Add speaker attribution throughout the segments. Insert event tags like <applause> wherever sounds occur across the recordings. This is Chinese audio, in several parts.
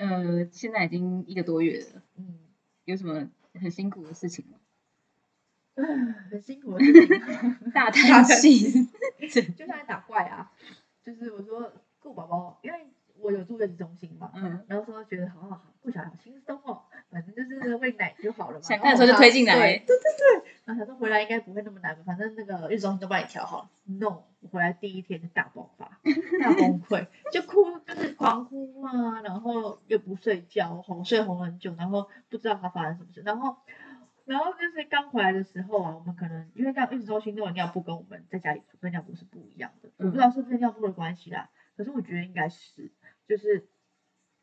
Speaker 1: 呃现在已经一个多月了，
Speaker 2: 嗯，
Speaker 1: 有什么很辛苦的事情吗？
Speaker 2: 嗯很辛苦的事情，
Speaker 1: 大叹气，
Speaker 2: <laughs> 就像在打怪啊，就是我说顾宝宝，因为我有住月子中心嘛，
Speaker 1: 嗯，
Speaker 2: 然后说觉得好好好，顾小孩好轻松哦，反正就是喂奶就好了嘛。
Speaker 1: 想看的时候就推进来
Speaker 2: 对，然后想说回来应该不会那么难吧，反正那个月子中心都帮你调好了。No，我回来第一天就大爆发，大崩溃，就哭，就是狂哭啊，然后又不睡觉，哄睡哄很久，然后不知道他发生什么事，然后。然后就是刚回来的时候啊，我们可能因为像月子中心那种尿布跟我们在家里准备尿布是不一样的，我不知道是不是尿布的关系啦，可是我觉得应该是，就是，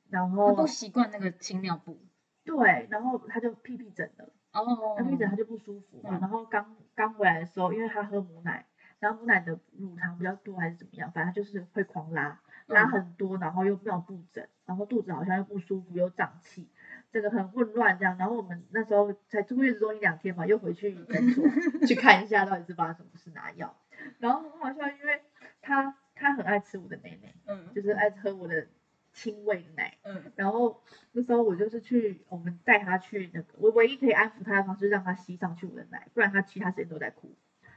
Speaker 2: 然
Speaker 1: 他
Speaker 2: 后
Speaker 1: 不习惯那个清尿布。
Speaker 2: 对，然后他就屁屁疹了，
Speaker 1: 哦
Speaker 2: 他，屁屁疹他就不舒服嘛。
Speaker 1: 嗯
Speaker 2: 然后刚刚回来的时候，因为他喝母奶，然后母奶的乳糖比较多还是怎么样，反正他就是会狂拉，拉
Speaker 1: 嗯
Speaker 2: 很多，然后又尿布疹，然后肚子好像又不舒服，又胀气，这个很混乱这样。然后我们那时候才住月子中心两天嘛，又回去诊
Speaker 1: <laughs>
Speaker 2: 所去看一下到底是发生什么事，拿药。然后很好笑，因为他他很爱吃我的奶奶，
Speaker 1: 嗯
Speaker 2: 就是爱喝我的亲喂奶。
Speaker 1: 嗯
Speaker 2: 然后那时候我就是去，我们带他去那个，我唯一可以安抚他的方式，让他吸上去我的奶，不然他其他时间都在哭，
Speaker 1: 嗯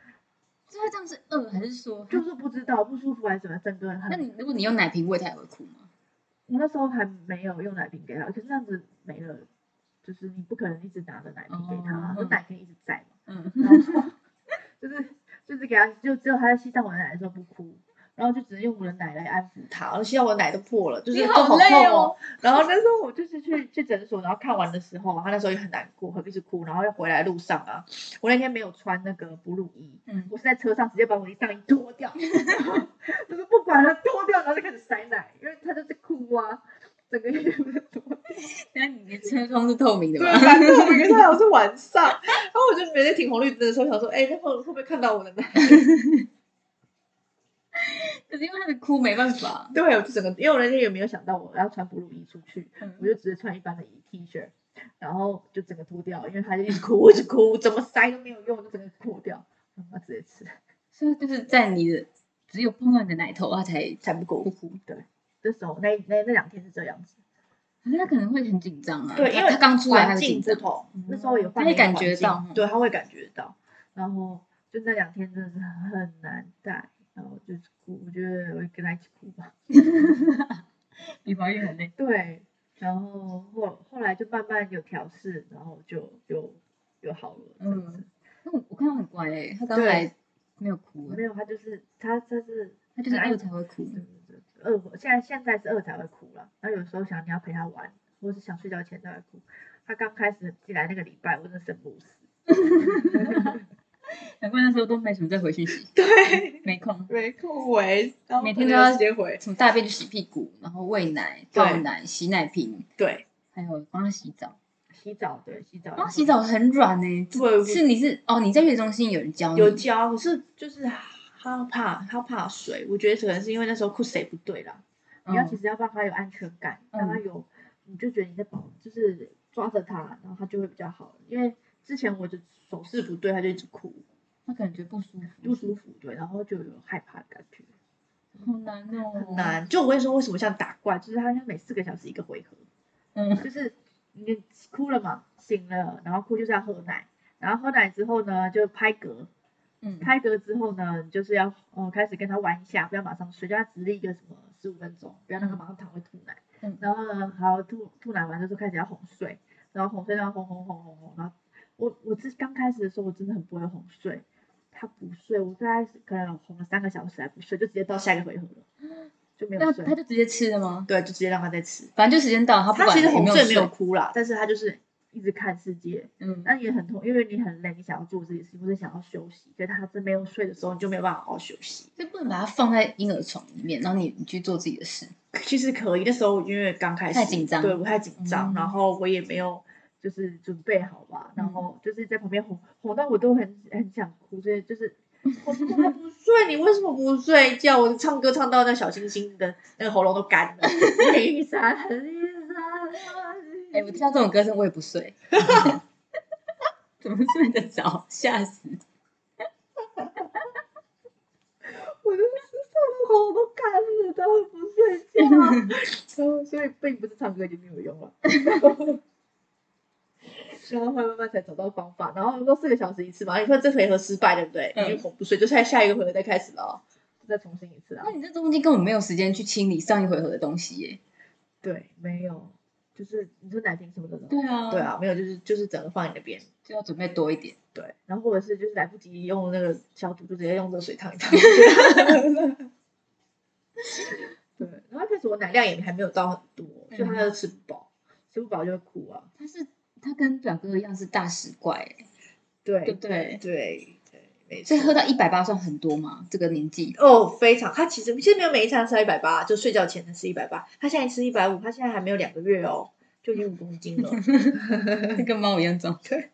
Speaker 1: 就会这样是饿还是说？
Speaker 2: 就是不知道不舒服还是怎么样，整个人
Speaker 1: 那
Speaker 2: 很。
Speaker 1: 你如果你用奶瓶喂它，也会哭吗？
Speaker 2: 我那时候还没有用奶瓶给他，可是那样子没了，就是你不可能一直拿着奶瓶给他，那、
Speaker 1: 哦嗯
Speaker 2: 奶可以一直在嘛。
Speaker 1: 嗯，
Speaker 2: 然后就是就是给他，就只有他在吸上我的奶的时候不哭。然后就只能用我的奶来安抚他，然后吸到我的奶都破了，就是
Speaker 1: 你
Speaker 2: 都
Speaker 1: 好
Speaker 2: 痛
Speaker 1: 累
Speaker 2: 哦
Speaker 1: 哦。
Speaker 2: 然后那时候我就是去去诊所，然后看完的时候，他那时候也很难过，一直哭，然后要回来路上啊，我那天没有穿那个哺乳衣，
Speaker 1: 嗯
Speaker 2: 我是在车上直接把我的上衣脱掉， <laughs> 就是不管了，脱掉，然后就开始塞奶，因为他就是哭啊，整个衣服都脱
Speaker 1: 那你的车窗是透明的
Speaker 2: 对，
Speaker 1: 吗？
Speaker 2: 反正 <laughs> 我们好像是晚上，然后我就每天停红绿灯的时候想说，哎、那会会不会看到我的奶？
Speaker 1: 可是因为它的哭没办法，
Speaker 2: <laughs> 对，我就整个，因为我那天也没有想到我要穿哺乳衣出去，我
Speaker 1: 嗯
Speaker 2: 就只是穿一般的 T 恤，然后就整个脱掉，因为他就一直哭，一直哭，怎么塞都没有用，就整个脱掉，然后直接吃，
Speaker 1: 所以就是在你的只有碰到你的奶头，它才
Speaker 2: 才不
Speaker 1: 不
Speaker 2: 哭。
Speaker 1: 哭。
Speaker 2: 这时候那那那两天是这样子，
Speaker 1: 可是它可能会很紧张啊，
Speaker 2: 对，因为
Speaker 1: 它刚出来它
Speaker 2: 环
Speaker 1: 是
Speaker 2: 境
Speaker 1: 紧
Speaker 2: 不
Speaker 1: 张，
Speaker 2: 同
Speaker 1: 嗯，
Speaker 2: 那时候也换
Speaker 1: 他
Speaker 2: 了
Speaker 1: 会
Speaker 2: 一个
Speaker 1: 感
Speaker 2: 环
Speaker 1: 觉
Speaker 2: 境
Speaker 1: 到嗯哈
Speaker 2: 对，他会感觉到，然后就那两天真的是很难带，然后就是哭，我觉得我跟他一起哭吧。
Speaker 1: 比怀孕很累。
Speaker 2: 对，然后后后来就慢慢有调试，然后就就就好了。嗯
Speaker 1: 嗯，那我我看它很乖诶，它刚
Speaker 2: 对
Speaker 1: 来没有哭
Speaker 2: 没，有，他就是他他是
Speaker 1: 它就是
Speaker 2: 很爱
Speaker 1: 饿才会哭。
Speaker 2: 对对对，饿会现在现在是饿才会哭了，然后有时候想你要陪他玩，或是想睡觉前才会哭。他刚开始进来那个礼拜，我真的生不死。
Speaker 1: 难怪那时候都没什么在回讯息，
Speaker 2: 对，
Speaker 1: <laughs> 没空，
Speaker 2: 没空回，然后
Speaker 1: 每天
Speaker 2: 没
Speaker 1: 都
Speaker 2: 有
Speaker 1: 要
Speaker 2: 时间回。
Speaker 1: 从大便就洗屁股，然后喂奶、
Speaker 2: 对
Speaker 1: 倒奶、洗奶瓶，
Speaker 2: 对，
Speaker 1: 还有帮它洗澡。
Speaker 2: 洗澡对洗澡，
Speaker 1: 帮啊它洗澡很软呢，
Speaker 2: 对
Speaker 1: 是你是哦，你在月子中心有人教你，
Speaker 2: 有教，可是就是他怕他怕水，我觉得可能是因为那时候裤谁不对啦。你要其
Speaker 1: 嗯
Speaker 2: 实要让他有安全感，让他
Speaker 1: 嗯
Speaker 2: 有，你就觉得你在保，就是抓着他，然后他就会比较好。因为之前我就手势不对，他就一直哭，
Speaker 1: 他可能觉得不舒服，
Speaker 2: 不舒服，对，然后就有害怕的感觉，
Speaker 1: 好难哦，
Speaker 2: 很，难。就我跟你说，为什么像打怪，就是他就每四个小时一个回合，
Speaker 1: 嗯，
Speaker 2: 就是你哭了嘛，醒了，然后哭就是要喝奶，然后喝奶之后呢，就拍嗝，
Speaker 1: 嗯，
Speaker 2: 拍嗝之后呢，你就是要呃开始跟他玩一下，不要马上睡，叫他直立一个什么十五分钟，不要让他马上躺会吐奶。
Speaker 1: 嗯
Speaker 2: 然后呢，好吐吐奶完之后开始要哄睡，然后哄睡，然后哄哄哄哄哄，然后我我之刚开始的时候我真的很不会哄睡，他不睡，我大概是可能哄了三个小时还不睡，就直接到下一个回合
Speaker 1: <gasps>
Speaker 2: 了，就没有
Speaker 1: 那
Speaker 2: 睡
Speaker 1: 他。就直接吃了吗？
Speaker 2: 对，就直接让他再吃。
Speaker 1: 反正就时间到，他不
Speaker 2: 他
Speaker 1: 管
Speaker 2: 其实
Speaker 1: 有
Speaker 2: 哄
Speaker 1: 没有
Speaker 2: 睡没有
Speaker 1: 睡，
Speaker 2: 哭啦，但是他就是一直看世界，
Speaker 1: 嗯，
Speaker 2: 那也很痛，因为你很累，你想要做自己的事情，或者想要休息，可是他真没有睡的时候，你就没有办法好好休息。
Speaker 1: 就不能把它放在婴儿床里面，然后你你去做自己的事，
Speaker 2: 其实可以，那时候因为刚开始
Speaker 1: 太紧张
Speaker 2: 对我太紧张，
Speaker 1: 嗯
Speaker 2: 然后我也没有就是准备好吧，然后就是在旁边哄哄到我都很很想哭，所以就是。我说他不睡，你为什么不睡觉？我唱歌唱到那小星星的那个喉咙都干了。丽莎，丽莎，
Speaker 1: 哎，我听到这种歌声我也不睡， <laughs> 怎么睡得着？吓死！ <laughs>
Speaker 2: 我就是唱到喉咙都干了，他会不睡觉，然后所以并不是唱歌已经没有用了。 <laughs> 然后后来慢慢才找到方法，然后说四个小时一次嘛，你说这回合失败对不对？
Speaker 1: 嗯
Speaker 2: 你就不睡，就下下一个回合再开始了哦，再重新一次啊
Speaker 1: 那。你这中间根本没有时间去清理上一回合的东西耶。
Speaker 2: 对，没有，就是你说奶瓶什么的，
Speaker 1: 对啊
Speaker 2: 对
Speaker 1: 对啊，
Speaker 2: 啊，没有，就是就是整个放你那边，
Speaker 1: 就要准备多一点。
Speaker 2: 对，然后或者是就是来不及用那个消毒，就直接用热水烫一烫。对，然后一开始我奶量也还没有到很多，所以他
Speaker 1: 嗯
Speaker 2: 就吃不饱，吃不饱就会哭啊。
Speaker 1: 他是他跟表哥一样是大食怪耶，对
Speaker 2: 对
Speaker 1: 不对？
Speaker 2: 对对，没
Speaker 1: 所
Speaker 2: 错
Speaker 1: 以。喝到一百八算很多嘛，这个年
Speaker 2: <laughs>
Speaker 1: 纪。
Speaker 2: 哦，非常，他其实其实没有每一餐吃到一百八，就睡觉前才吃一百八，他现在吃一百五，他现在还没有两个月哦，就已经五公斤了，
Speaker 1: 跟猫一样重。
Speaker 2: <laughs>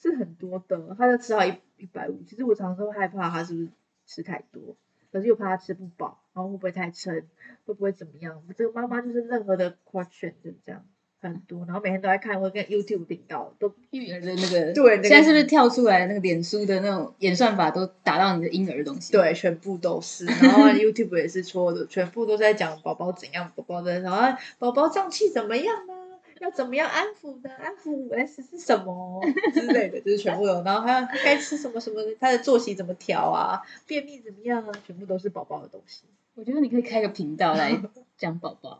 Speaker 2: 是很多的。他就吃到一一百五，其实我常常都害怕他是不是吃太多，可是又怕他吃不饱，然后会不会太撑，会不会怎么样？这个妈妈就是任何的 question 就是这样很多，然后每天都在看，会跟 YouTube 频道都
Speaker 1: 育儿的那个，
Speaker 2: 对那个
Speaker 1: 现在是不是跳出来那个脸书的那种演算法都打到你的婴儿的东西？，
Speaker 2: 对，全部都是，然后啊 YouTube 也是戳的，全部都在讲宝宝怎样，宝宝的，然后啊宝宝胀气怎么样呢？要怎么样安抚呢？安抚五 S 是什么之类的，就是全部有。然后还有他该吃什么什么的，他的作息怎么调啊？便秘怎么样啊？全部都是宝宝的东西。
Speaker 1: 我觉得你可以开个频道
Speaker 2: <laughs>
Speaker 1: 来讲宝宝。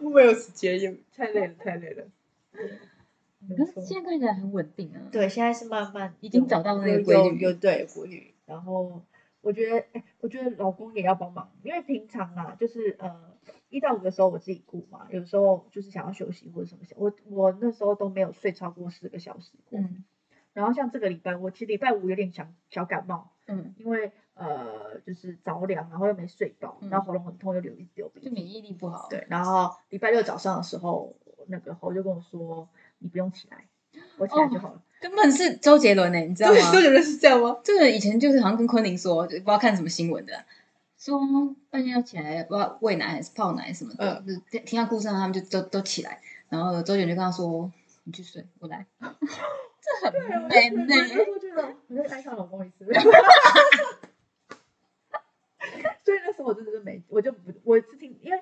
Speaker 2: 我没有时间，也太累了，太累了。
Speaker 1: 可
Speaker 2: 没
Speaker 1: 是
Speaker 2: 错
Speaker 1: 现在看起来很稳定啊。，
Speaker 2: 对，现在是慢慢
Speaker 1: 已经
Speaker 2: 有
Speaker 1: 找到那个
Speaker 2: 有
Speaker 1: 规
Speaker 2: 有
Speaker 1: 律
Speaker 2: 有对规律。然后我觉得，哎，我觉得老公也要帮忙，因为平常啦，就是呃一到五的时候我自己顾嘛，有时候就是想要休息或者什么，我我那时候都没有睡超过四个小时过。
Speaker 1: 嗯
Speaker 2: 然后像这个礼拜，我其实礼拜五有点小小感冒，
Speaker 1: 嗯，
Speaker 2: 因为呃就是着凉，然后又没睡饱，
Speaker 1: 嗯
Speaker 2: 然后喉咙很痛，又流流鼻
Speaker 1: 就
Speaker 2: 涕。
Speaker 1: 免疫力不好。，
Speaker 2: 对，然后礼拜六早上的时候，那个侯就跟我说：“你不用起来，我起来就
Speaker 1: 哦
Speaker 2: 好了。
Speaker 1: 根本是周杰伦呢、欸你知道吗？
Speaker 2: 觉得是这样吗？
Speaker 1: 这个以前就是好像跟昆凌说，就不知道看什么新闻的，说半夜要起来，不知道喂奶还是泡奶什么
Speaker 2: 嗯
Speaker 1: 的，就听听到故事，他们就都都起来，然后周杰伦就跟他说：“你去睡，我来。”这
Speaker 2: 对，我
Speaker 1: 很
Speaker 2: 就觉
Speaker 1: 美
Speaker 2: 得，
Speaker 1: 呢。
Speaker 2: 我就觉得，我就
Speaker 1: 哎
Speaker 2: 爱上老公一次。 <laughs> 所以那时候我真的是没，我就不，我是听，因为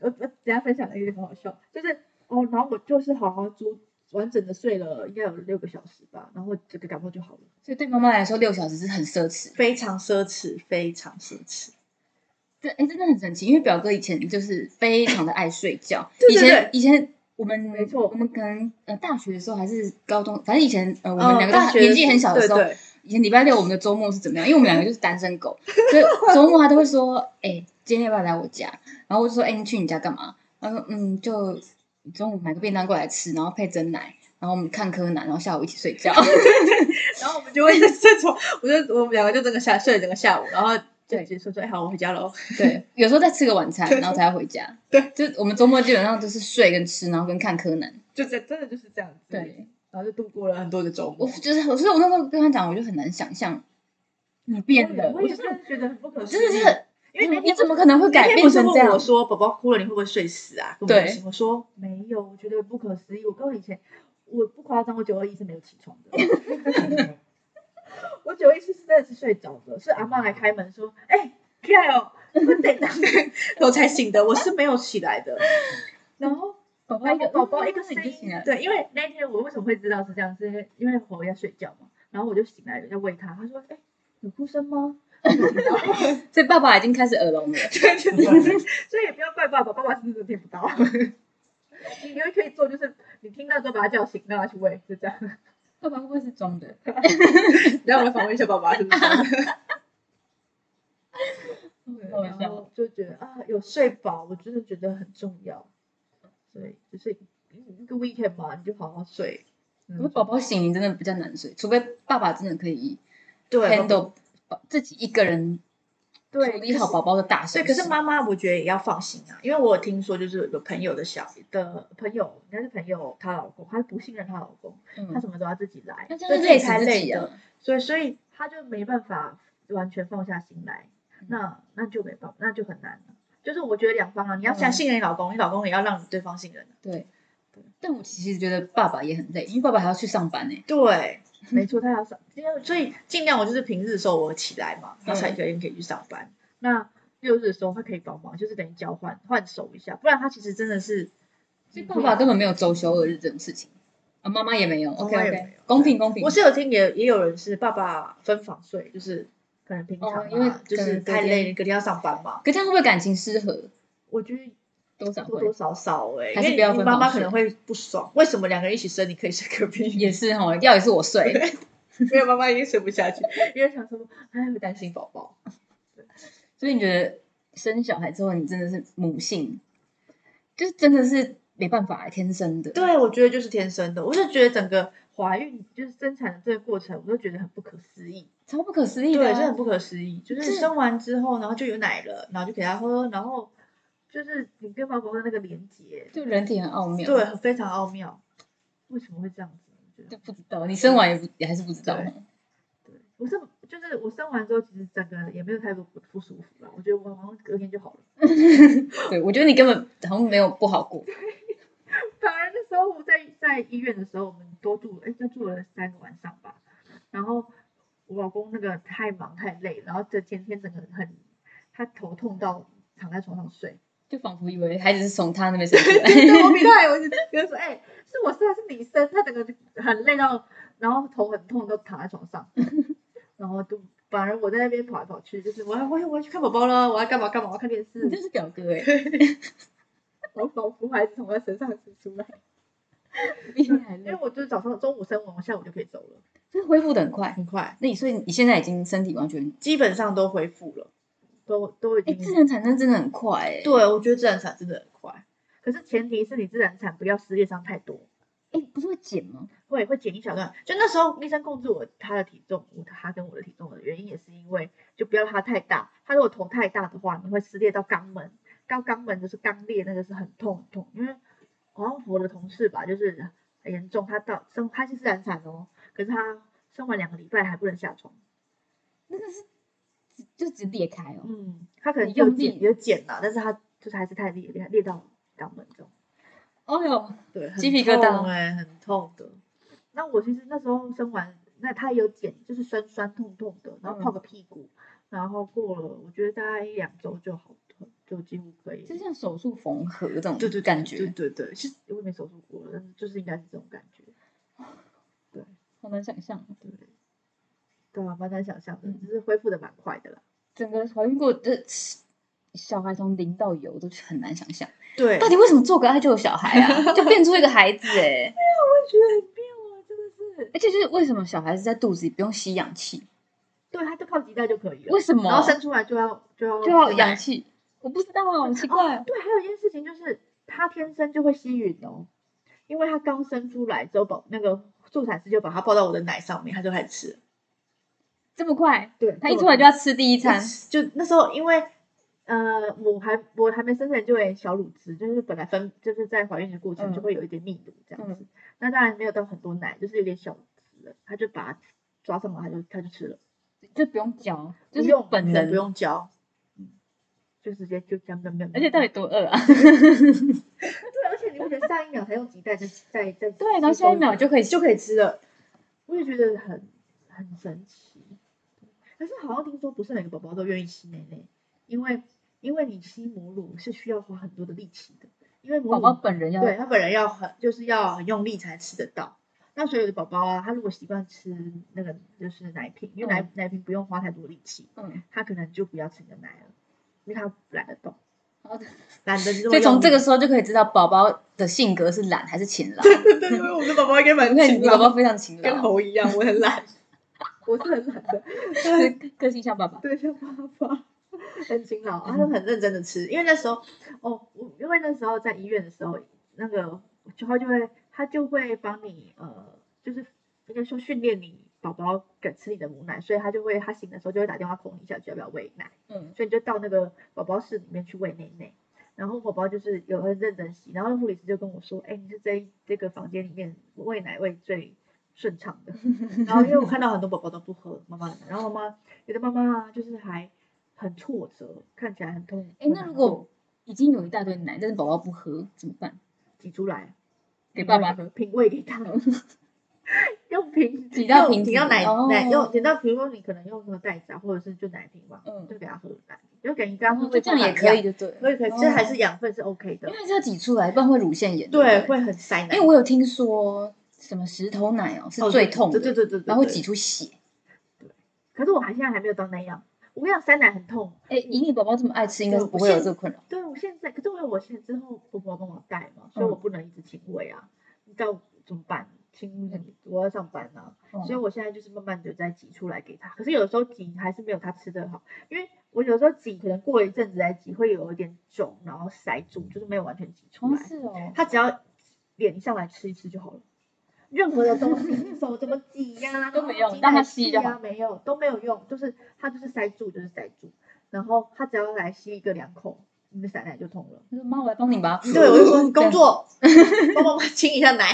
Speaker 2: 我我等一下分享的一个很好笑，就是哦，然后我就是好好足完整的睡了，应该有六个小时吧，然后这个感冒就好了。
Speaker 1: 所以对妈妈来说，六小时是很奢侈。
Speaker 2: 非常奢侈，非常奢侈。
Speaker 1: 这哎，真的很神奇，因为表哥以前就是非常的爱睡觉
Speaker 2: <laughs> 。对对
Speaker 1: 以
Speaker 2: 对
Speaker 1: 前以前我们没
Speaker 2: 错
Speaker 1: 我们可能呃大学的时候还是高中，反正以前呃我
Speaker 2: 我
Speaker 1: 们两个都
Speaker 2: 哦大
Speaker 1: 很
Speaker 2: 学
Speaker 1: 年纪很小的时候，
Speaker 2: 对对
Speaker 1: 以前礼拜六我们的周末是怎么样？因为我们两个就是单身狗， <laughs> 所以周末他都会说：“哎、今天要不要来我家？”然后我就说：“哎、你去你家干嘛？”他说：“嗯，就中午买个便当过来吃，然后配蒸奶，然后我们看柯南，然后下午一起睡觉。 <laughs>
Speaker 2: 然后我们就会在这种，我就我们两个就整个下睡了整个下午，然后就
Speaker 1: 对
Speaker 2: 结束说，哎，好，我回家喽。
Speaker 1: 对，有时候再吃个晚餐，然后才要回家。
Speaker 2: 对，
Speaker 1: 就我们周末基本上都是睡跟吃，然后跟看柯南。
Speaker 2: 就这真的就是这样子。
Speaker 1: 对，
Speaker 2: 然后就度过了很多个周
Speaker 1: 我
Speaker 2: 末。
Speaker 1: 就是，所以我那时候跟他讲，我就很难想象你变了，
Speaker 2: 我
Speaker 1: 我
Speaker 2: 也
Speaker 1: 就是是
Speaker 2: 觉得很不可思
Speaker 1: 真的
Speaker 2: 议。
Speaker 1: 是，
Speaker 2: 因为那
Speaker 1: 你
Speaker 2: 天
Speaker 1: 怎么可能会
Speaker 2: 那
Speaker 1: 改
Speaker 2: 天
Speaker 1: 变
Speaker 2: 不是
Speaker 1: 成
Speaker 2: 问
Speaker 1: 这样
Speaker 2: 我？说宝宝哭了，你会不会睡死啊？跟我
Speaker 1: 对
Speaker 2: 说我说没有，我觉得不可思议。我跟我以前，我不夸张，我九二一是没有起床的。
Speaker 1: <laughs>
Speaker 2: 我九一是真的是睡着的，是阿妈来开门说：“哎、起来哦，你们
Speaker 1: <laughs>
Speaker 2: 等等。”我才醒的，我是没有起来的。然后
Speaker 1: 宝
Speaker 2: <laughs> 然后宝宝一个
Speaker 1: 声
Speaker 2: 声
Speaker 1: 音就醒
Speaker 2: 音
Speaker 1: 了，，
Speaker 2: 对，因为那天我为什么会知道是这样，是因为因为猴要睡觉嘛，然后我就醒来要喂它，他说：“哎、有哭声吗？”然后
Speaker 1: 所以爸爸已经开始耳聋了。
Speaker 2: 对对对对，所以也不要怪爸爸，爸爸是真的听不 <laughs> 到。你你可以做，就是你听到之后把他叫醒，让他去喂，就这样。 <laughs>
Speaker 1: 爸爸会不会是装的？
Speaker 2: 然后我们访问一下爸爸，是不是？
Speaker 1: 好
Speaker 2: 然
Speaker 1: 笑
Speaker 2: 后就觉得啊，有睡饱，我真的觉得很重要。所以就是一个 weekend 嘛，你就好好睡。
Speaker 1: 如果
Speaker 2: 嗯，
Speaker 1: 宝宝醒，你真的比较难睡，除非爸爸真的可以
Speaker 2: 对
Speaker 1: handle 自己一个人处
Speaker 2: 对，
Speaker 1: 理好宝宝的大事。
Speaker 2: 对，可是妈妈我觉得也要放心啊，因为我有听说就是有朋友的小的朋友，应该是朋友她老公，她不信任她老公，她
Speaker 1: 嗯，
Speaker 2: 什么都要自己来，
Speaker 1: 那这
Speaker 2: 所
Speaker 1: 样是
Speaker 2: 以这也
Speaker 1: 累死
Speaker 2: 太
Speaker 1: 自
Speaker 2: 累
Speaker 1: 己
Speaker 2: 的，
Speaker 1: 啊。
Speaker 2: 所以所以她就没办法完全放下心来，
Speaker 1: 嗯
Speaker 2: 那那就没办法，那就很难了。就是我觉得两方啊，你要想
Speaker 1: 嗯
Speaker 2: 信任你老公，你老公也要让对方信任啊。
Speaker 1: 对，但我其实觉得爸爸也很累，因为爸爸还要去上班欸呢。
Speaker 2: 对，没错，他要上，因为所以尽量我就是平日的时候我起来嘛，他
Speaker 1: 嗯
Speaker 2: 才可以可以去上班。那六日的时候他可以帮忙，就是等于交换换手一下，不然他其实真的是，
Speaker 1: 所以爸爸根本没有周休二日这种事情啊，妈妈也没有。
Speaker 2: 妈
Speaker 1: OK
Speaker 2: 妈也没
Speaker 1: OK，
Speaker 2: 有
Speaker 1: 公平公平。
Speaker 2: 我是有听也也有人是爸爸分房睡，就是可能平常、啊
Speaker 1: 哦因为
Speaker 2: 就
Speaker 1: 可
Speaker 2: 是
Speaker 1: 能隔
Speaker 2: 太累，
Speaker 1: 天
Speaker 2: 隔天要上班嘛，
Speaker 1: 可这样会不会感情失和？
Speaker 2: 我觉得。
Speaker 1: 多少
Speaker 2: 多
Speaker 1: 会
Speaker 2: 多少少哎、
Speaker 1: 还是
Speaker 2: 因
Speaker 1: 不要
Speaker 2: 为
Speaker 1: 分
Speaker 2: 你妈妈
Speaker 1: 房
Speaker 2: 可
Speaker 1: 睡
Speaker 2: 能会不爽，为什么两个人一起生，你可以睡隔 <laughs> 壁？
Speaker 1: 也是哈，要也是我睡。
Speaker 2: 没有妈妈已经睡不下去，因为想说，哎，会担心宝宝。
Speaker 1: 所以你觉得生小孩之后，你真的是母性，就是真的是没办法，天生的。
Speaker 2: 对，我觉得就是天生的，我就觉得整个怀孕就是生产的这个过程，我都觉得很不可思议。
Speaker 1: 超不可思议
Speaker 2: 对，
Speaker 1: 的
Speaker 2: 真的
Speaker 1: 啊、
Speaker 2: 很不可思议。就
Speaker 1: 这
Speaker 2: 是生完之后，然后就有奶了，然后就给他喝，然后就是你跟宝宝的那个连接，
Speaker 1: 就人体很奥妙。
Speaker 2: 对，非常奥妙。为什么会这样子？我觉
Speaker 1: 就
Speaker 2: 得
Speaker 1: 不知道，你生完也不也还是不知道。
Speaker 2: 对对，我是就是我生完之后，其实整个也没有太多不不舒服了，我觉得我好像隔天就好了。
Speaker 1: 对，我觉得你根本好像没有不好过。
Speaker 2: 反而啊那时候我在在医院的时候，我们多住了，哎，就住了三个晚上吧。然后我老公那个太忙太累，然后这天天整个很，他头痛到躺在床上 <laughs> 睡。
Speaker 1: 就仿佛以为孩子是从他那边生出来，
Speaker 2: 对，我比他还，我就觉得说，哎、是我生还是你生？他整个就很累到，然后头很痛，都躺在床上。然后就反而我在那边跑来跑去，就是我要我要我要去看宝宝了，我要干嘛干嘛，我要看
Speaker 1: <laughs>
Speaker 2: 电
Speaker 1: 你
Speaker 2: <laughs> 视，
Speaker 1: 真是表哥哎、
Speaker 2: 我仿佛孩子从他身上生出来。
Speaker 1: 比你还
Speaker 2: 因
Speaker 1: 累
Speaker 2: 为，我就是早上中午生完，我下午就可以走了，
Speaker 1: 这恢复的很快。
Speaker 2: 很快。
Speaker 1: 那你所以你现在已经身体完全，
Speaker 2: 基本上都恢复了，都都已
Speaker 1: 哎、
Speaker 2: 经。
Speaker 1: 自然产生真的很快哎、
Speaker 2: 对，我觉得自然产真的很快，可是前提是你自然产不要撕裂伤太多，
Speaker 1: 哎、不是会减吗？
Speaker 2: 会会减一小段。就那时候医生控制我他的体重，我他跟我的体重的原因也是因为就不要他太大，他如果头太大的话，你会撕裂到肛门，到肛门就是肛裂，那个是很痛很痛。因为好像我的同事吧，就是很严重，他到生他是自然产哦，可是他生完两个礼拜还不能下床。
Speaker 1: 那个是只就只裂开哦，
Speaker 2: 嗯，他可能
Speaker 1: 很
Speaker 2: 有
Speaker 1: 用
Speaker 2: 减
Speaker 1: 力
Speaker 2: 有减啦，但是他就是还是太裂裂裂到肛门这种，
Speaker 1: 哦哟，
Speaker 2: 对，
Speaker 1: 鸡皮疙瘩
Speaker 2: 哎、很痛的。那我其实那时候生完，那他有减，就是酸酸痛痛的，然后泡
Speaker 1: 嗯
Speaker 2: 个屁股，然后过了，我觉得大概一两周就好，就几乎可以。
Speaker 1: 就像手术缝合这种
Speaker 2: 对对
Speaker 1: 感
Speaker 2: 对
Speaker 1: 觉，
Speaker 2: 对对，其实我也没手术过，但是就是应该是这种感觉。对
Speaker 1: 好难想象。哦
Speaker 2: 对，对啊，蛮难想象的，
Speaker 1: 嗯
Speaker 2: 只是恢复的蛮快的啦。
Speaker 1: 整个怀孕过的小孩从零到有都很难想象，
Speaker 2: 对
Speaker 1: 到底为什么做个爱就有小孩啊？就变出一个孩子哎、 <laughs>
Speaker 2: 觉得很妙啊，真的是。
Speaker 1: 而且就是为什么小孩子在肚子里不用吸氧气？
Speaker 2: 对，他就泡鸡蛋就可以了。
Speaker 1: 为什么？
Speaker 2: 然后生出来就要就要
Speaker 1: 就要有
Speaker 2: 吃奶
Speaker 1: 氧气？我不知道啊，很奇怪。
Speaker 2: 哦。对，还有一件事情就是他天生就会吸吮哦，因为他刚生出来之后，宝那个助产师就把他抱到我的奶上面，他就开始吃了。
Speaker 1: 这么快？
Speaker 2: 对，
Speaker 1: 他一出来就要吃第一餐，
Speaker 2: <laughs> 就那时候因为。呃，我还我还没生前就有小乳汁，就是本来分就是在怀孕的过程
Speaker 1: 嗯
Speaker 2: 就会有一点泌乳这样子，
Speaker 1: 嗯
Speaker 2: 那当然没有到很多奶，就是有点小乳汁了，他就把它抓上来，他就他就吃了，
Speaker 1: 就不用嚼，就
Speaker 2: 不
Speaker 1: 是
Speaker 2: 用
Speaker 1: 本
Speaker 2: 全
Speaker 1: 能
Speaker 2: 不。用嚼，嗯，就直接就这样喵
Speaker 1: 而且到底多饿啊？ <laughs>
Speaker 2: 对，而且你会觉得上一秒才用鸡蛋在在在
Speaker 1: 对，然后下一秒就可以
Speaker 2: 就可以吃了，我也觉得很很神奇。可是好像听说不是每个宝宝都愿意吸奶奶，因为因为你吸母乳是需要花很多的力气的，因为母
Speaker 1: 宝
Speaker 2: 乳
Speaker 1: 宝本人要
Speaker 2: 对他本人要很就是要很用力才吃得到。那所以有的宝宝啊，他如果习惯吃那个就是奶瓶，因为奶、
Speaker 1: 嗯
Speaker 2: 奶瓶不用花太多力气，
Speaker 1: 嗯，
Speaker 2: 他可能就不要吃你的奶了，因为他懒得动，
Speaker 1: 好的
Speaker 2: 懒得就
Speaker 1: 哦所以从这个时候就可以知道宝宝的性格是懒还是勤劳。
Speaker 2: 对对，因为我的宝宝应该蛮
Speaker 1: 你看你
Speaker 2: 勤
Speaker 1: 的宝
Speaker 2: 劳，
Speaker 1: 宝非常勤
Speaker 2: 跟
Speaker 1: 劳，
Speaker 2: 猴一样，我很懒， <laughs> 我是很懒的，
Speaker 1: 就是个性像爸爸。
Speaker 2: 对，像爸爸很勤劳，他 <laughs> 都很认真的吃，因为那时候，哦，我因为那时候在医院的时候，那个就他就会他就会帮你呃，就是应该说训练你宝宝敢吃你的母奶，所以他就会他醒的时候就会打电话哄你一下，就要不要喂奶。
Speaker 1: 嗯，
Speaker 2: 所以你就到那个宝宝室里面去喂内内。然后宝宝就是有很认真洗，然后护理师就跟我说：“哎，你是这一这个房间里面喂奶喂最顺畅
Speaker 1: <laughs>
Speaker 2: 的。”然后因为我看到很多宝宝都不喝妈妈的奶，然后妈妈有的妈妈啊就是还很挫折，看起来很痛。
Speaker 1: 哎，那如果已经有一大堆奶，但是宝宝不喝怎么办？
Speaker 2: 挤出来
Speaker 1: 给爸爸喝。 <laughs>
Speaker 2: 品味给他，用瓶
Speaker 1: 挤到
Speaker 2: 用
Speaker 1: 瓶子
Speaker 2: 挤到奶
Speaker 1: 哦
Speaker 2: 奶用挤到，比如说你可能用什么袋子啊，或者是就奶瓶嘛，
Speaker 1: 嗯哦
Speaker 2: 就给他喝奶，就感觉跟他喝
Speaker 1: 就
Speaker 2: 喂
Speaker 1: 这样
Speaker 2: 饱
Speaker 1: 也
Speaker 2: 一
Speaker 1: 可以，，就对了。
Speaker 2: 可以可以，
Speaker 1: 哦
Speaker 2: 这还是养分是 OK 的
Speaker 1: 因，为是要挤出来，不然会乳腺炎。
Speaker 2: 对，
Speaker 1: 不
Speaker 2: 会很塞奶，
Speaker 1: 因为我有听说什么石头奶哦是
Speaker 2: 哦
Speaker 1: 最痛的，
Speaker 2: 对对对对对，
Speaker 1: 然后会
Speaker 2: 对
Speaker 1: 挤。出血。
Speaker 2: 可是我还现在还没有到那样，我跟你讲塞奶很痛，
Speaker 1: 哎，以你宝宝这么爱吃，应该是
Speaker 2: 对
Speaker 1: 不
Speaker 2: 我
Speaker 1: 会有
Speaker 2: 现
Speaker 1: 这个困扰。
Speaker 2: 对我现在，可是我有我现在之后婆婆帮我带嘛，所以
Speaker 1: 嗯
Speaker 2: 我不能一直亲喂啊，你知道怎么办？亲
Speaker 1: 嗯
Speaker 2: 我要上班啊，所以
Speaker 1: 嗯
Speaker 2: 我现在就是慢慢的在挤出来给他。可是有时候挤还是没有他吃的好，因为我有时候挤可能过一阵子再挤会有一点肿，然后塞住，就是没有完全挤出
Speaker 1: 哦
Speaker 2: 来。
Speaker 1: 是哦，
Speaker 2: 他只要脸一上来吃一吃就好了。任何的东西， <laughs> 手怎么挤呀、 <laughs>
Speaker 1: 都没用
Speaker 2: 挤奶
Speaker 1: 让它吸
Speaker 2: 器
Speaker 1: 就
Speaker 2: 啊
Speaker 1: 好，
Speaker 2: 没有都没有用，就是他就是塞住，就是塞住。然后他只要来吸一个两口，你的散奶就通了。
Speaker 1: 他说妈，我来帮你吧。
Speaker 2: <laughs> 对，我就说
Speaker 1: 这样
Speaker 2: 工，作， <laughs> 帮妈妈清一下 <laughs> 奶。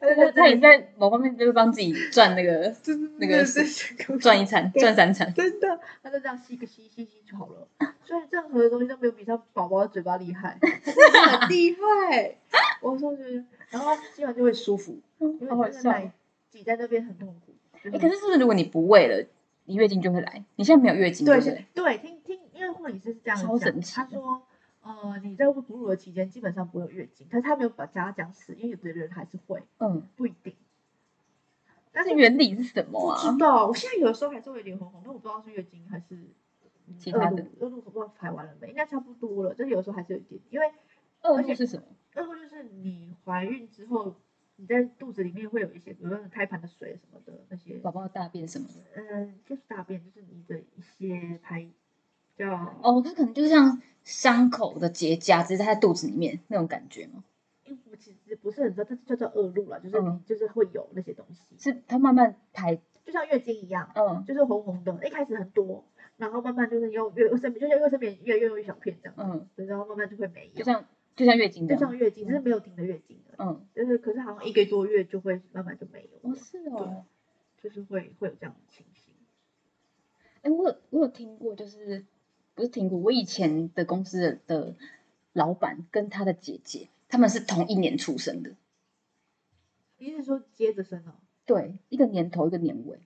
Speaker 1: 对对对他也在某方面就是帮自己赚那个那个是
Speaker 2: <laughs>
Speaker 1: 赚一餐，赚三餐。
Speaker 2: 真的，他就这样吸个吸吸吸就好了。所以任何的东西都没有比他宝宝的嘴巴厉害，他真的很厉害。我说觉得，然后吸完就会舒服，因
Speaker 1: 好
Speaker 2: 为
Speaker 1: 好
Speaker 2: 真
Speaker 1: 笑
Speaker 2: 的。奶挤在那边很痛苦。就
Speaker 1: 哎，
Speaker 2: 很
Speaker 1: 可是是不是如果你不喂了，你月经就会来？你现在没有月经，
Speaker 2: 对
Speaker 1: 不对
Speaker 2: 是？对，听听，因为护理师是这样
Speaker 1: 超神
Speaker 2: 讲，
Speaker 1: 奇
Speaker 2: 他
Speaker 1: 的
Speaker 2: 说，呃，你在哺乳的期间基本上不会有月经，可是他没有把家讲死，因为有的人还是会，
Speaker 1: 嗯，
Speaker 2: 不一定。
Speaker 1: 但
Speaker 2: 但是
Speaker 1: 是原理是什么
Speaker 2: 不
Speaker 1: 啊
Speaker 2: 知？道，我现在有的时候还是会有点红红，但我不知道是月经还是嗯
Speaker 1: 其
Speaker 2: 恶
Speaker 1: 他
Speaker 2: 露
Speaker 1: 的
Speaker 2: 恶露不知道排完了没，应该差不多了，就是有时候还是有一点，因为嗯
Speaker 1: 恶
Speaker 2: 而
Speaker 1: 露
Speaker 2: 且
Speaker 1: 是什么？
Speaker 2: 恶露就是你怀孕之后，你在肚子里面会有一些，比如说胎盘的水什么的那些，
Speaker 1: 宝宝的大便什么的？
Speaker 2: 嗯，就是大便，就是你的一些排叫
Speaker 1: 哦，它可能就像伤口的结痂，只是它在肚子里面那种感觉吗？
Speaker 2: 因为我其实不是很知道，但是叫做恶露啦，就是你、
Speaker 1: 嗯
Speaker 2: 就是会有那些东西，
Speaker 1: 是它慢慢排，
Speaker 2: 就像月经一样，
Speaker 1: 嗯
Speaker 2: 就是红红的，一开始很多，然后慢慢就是又越身边，就是又身边越来越有一小片这样，
Speaker 1: 嗯，
Speaker 2: 对然后慢慢就会没有
Speaker 1: 就，像就像月经这
Speaker 2: 就
Speaker 1: 样，
Speaker 2: 像月经，只是没有停的月经而已
Speaker 1: 嗯，
Speaker 2: 就是可是好像一个多月就会慢慢就没有
Speaker 1: 哦
Speaker 2: 了，
Speaker 1: 是哦，
Speaker 2: 就是会会有这样的情形。
Speaker 1: 哎，我有我有听过，就是不是听过，我以前的公司的的老板跟他的姐姐，他们是同一年出生的，
Speaker 2: 你是说接着生哦？
Speaker 1: 对，一个年头一个年尾，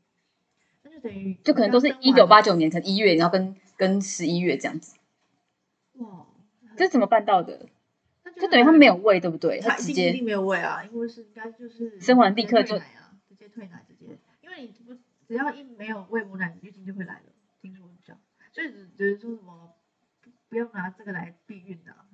Speaker 2: 那就等于
Speaker 1: 就可能都是
Speaker 2: 刚
Speaker 1: 一
Speaker 2: 生
Speaker 1: 九
Speaker 2: 完
Speaker 1: 八九年，可能一月，然后跟跟十一月这样子，
Speaker 2: 哇，
Speaker 1: 这是怎么办到的？
Speaker 2: 那就
Speaker 1: 就等于他没
Speaker 2: 有，
Speaker 1: 有喂，对不对？
Speaker 2: 他
Speaker 1: 他
Speaker 2: 一
Speaker 1: 直
Speaker 2: 定一
Speaker 1: 接
Speaker 2: 定没有喂啊，因为是应该就是
Speaker 1: 生完立刻就
Speaker 2: 直接退奶啊，直接退奶直接，因为你不只要一没有喂母奶，月经就会来了，听说是这样，所以只只是说什么不不要拿这个来避孕啊，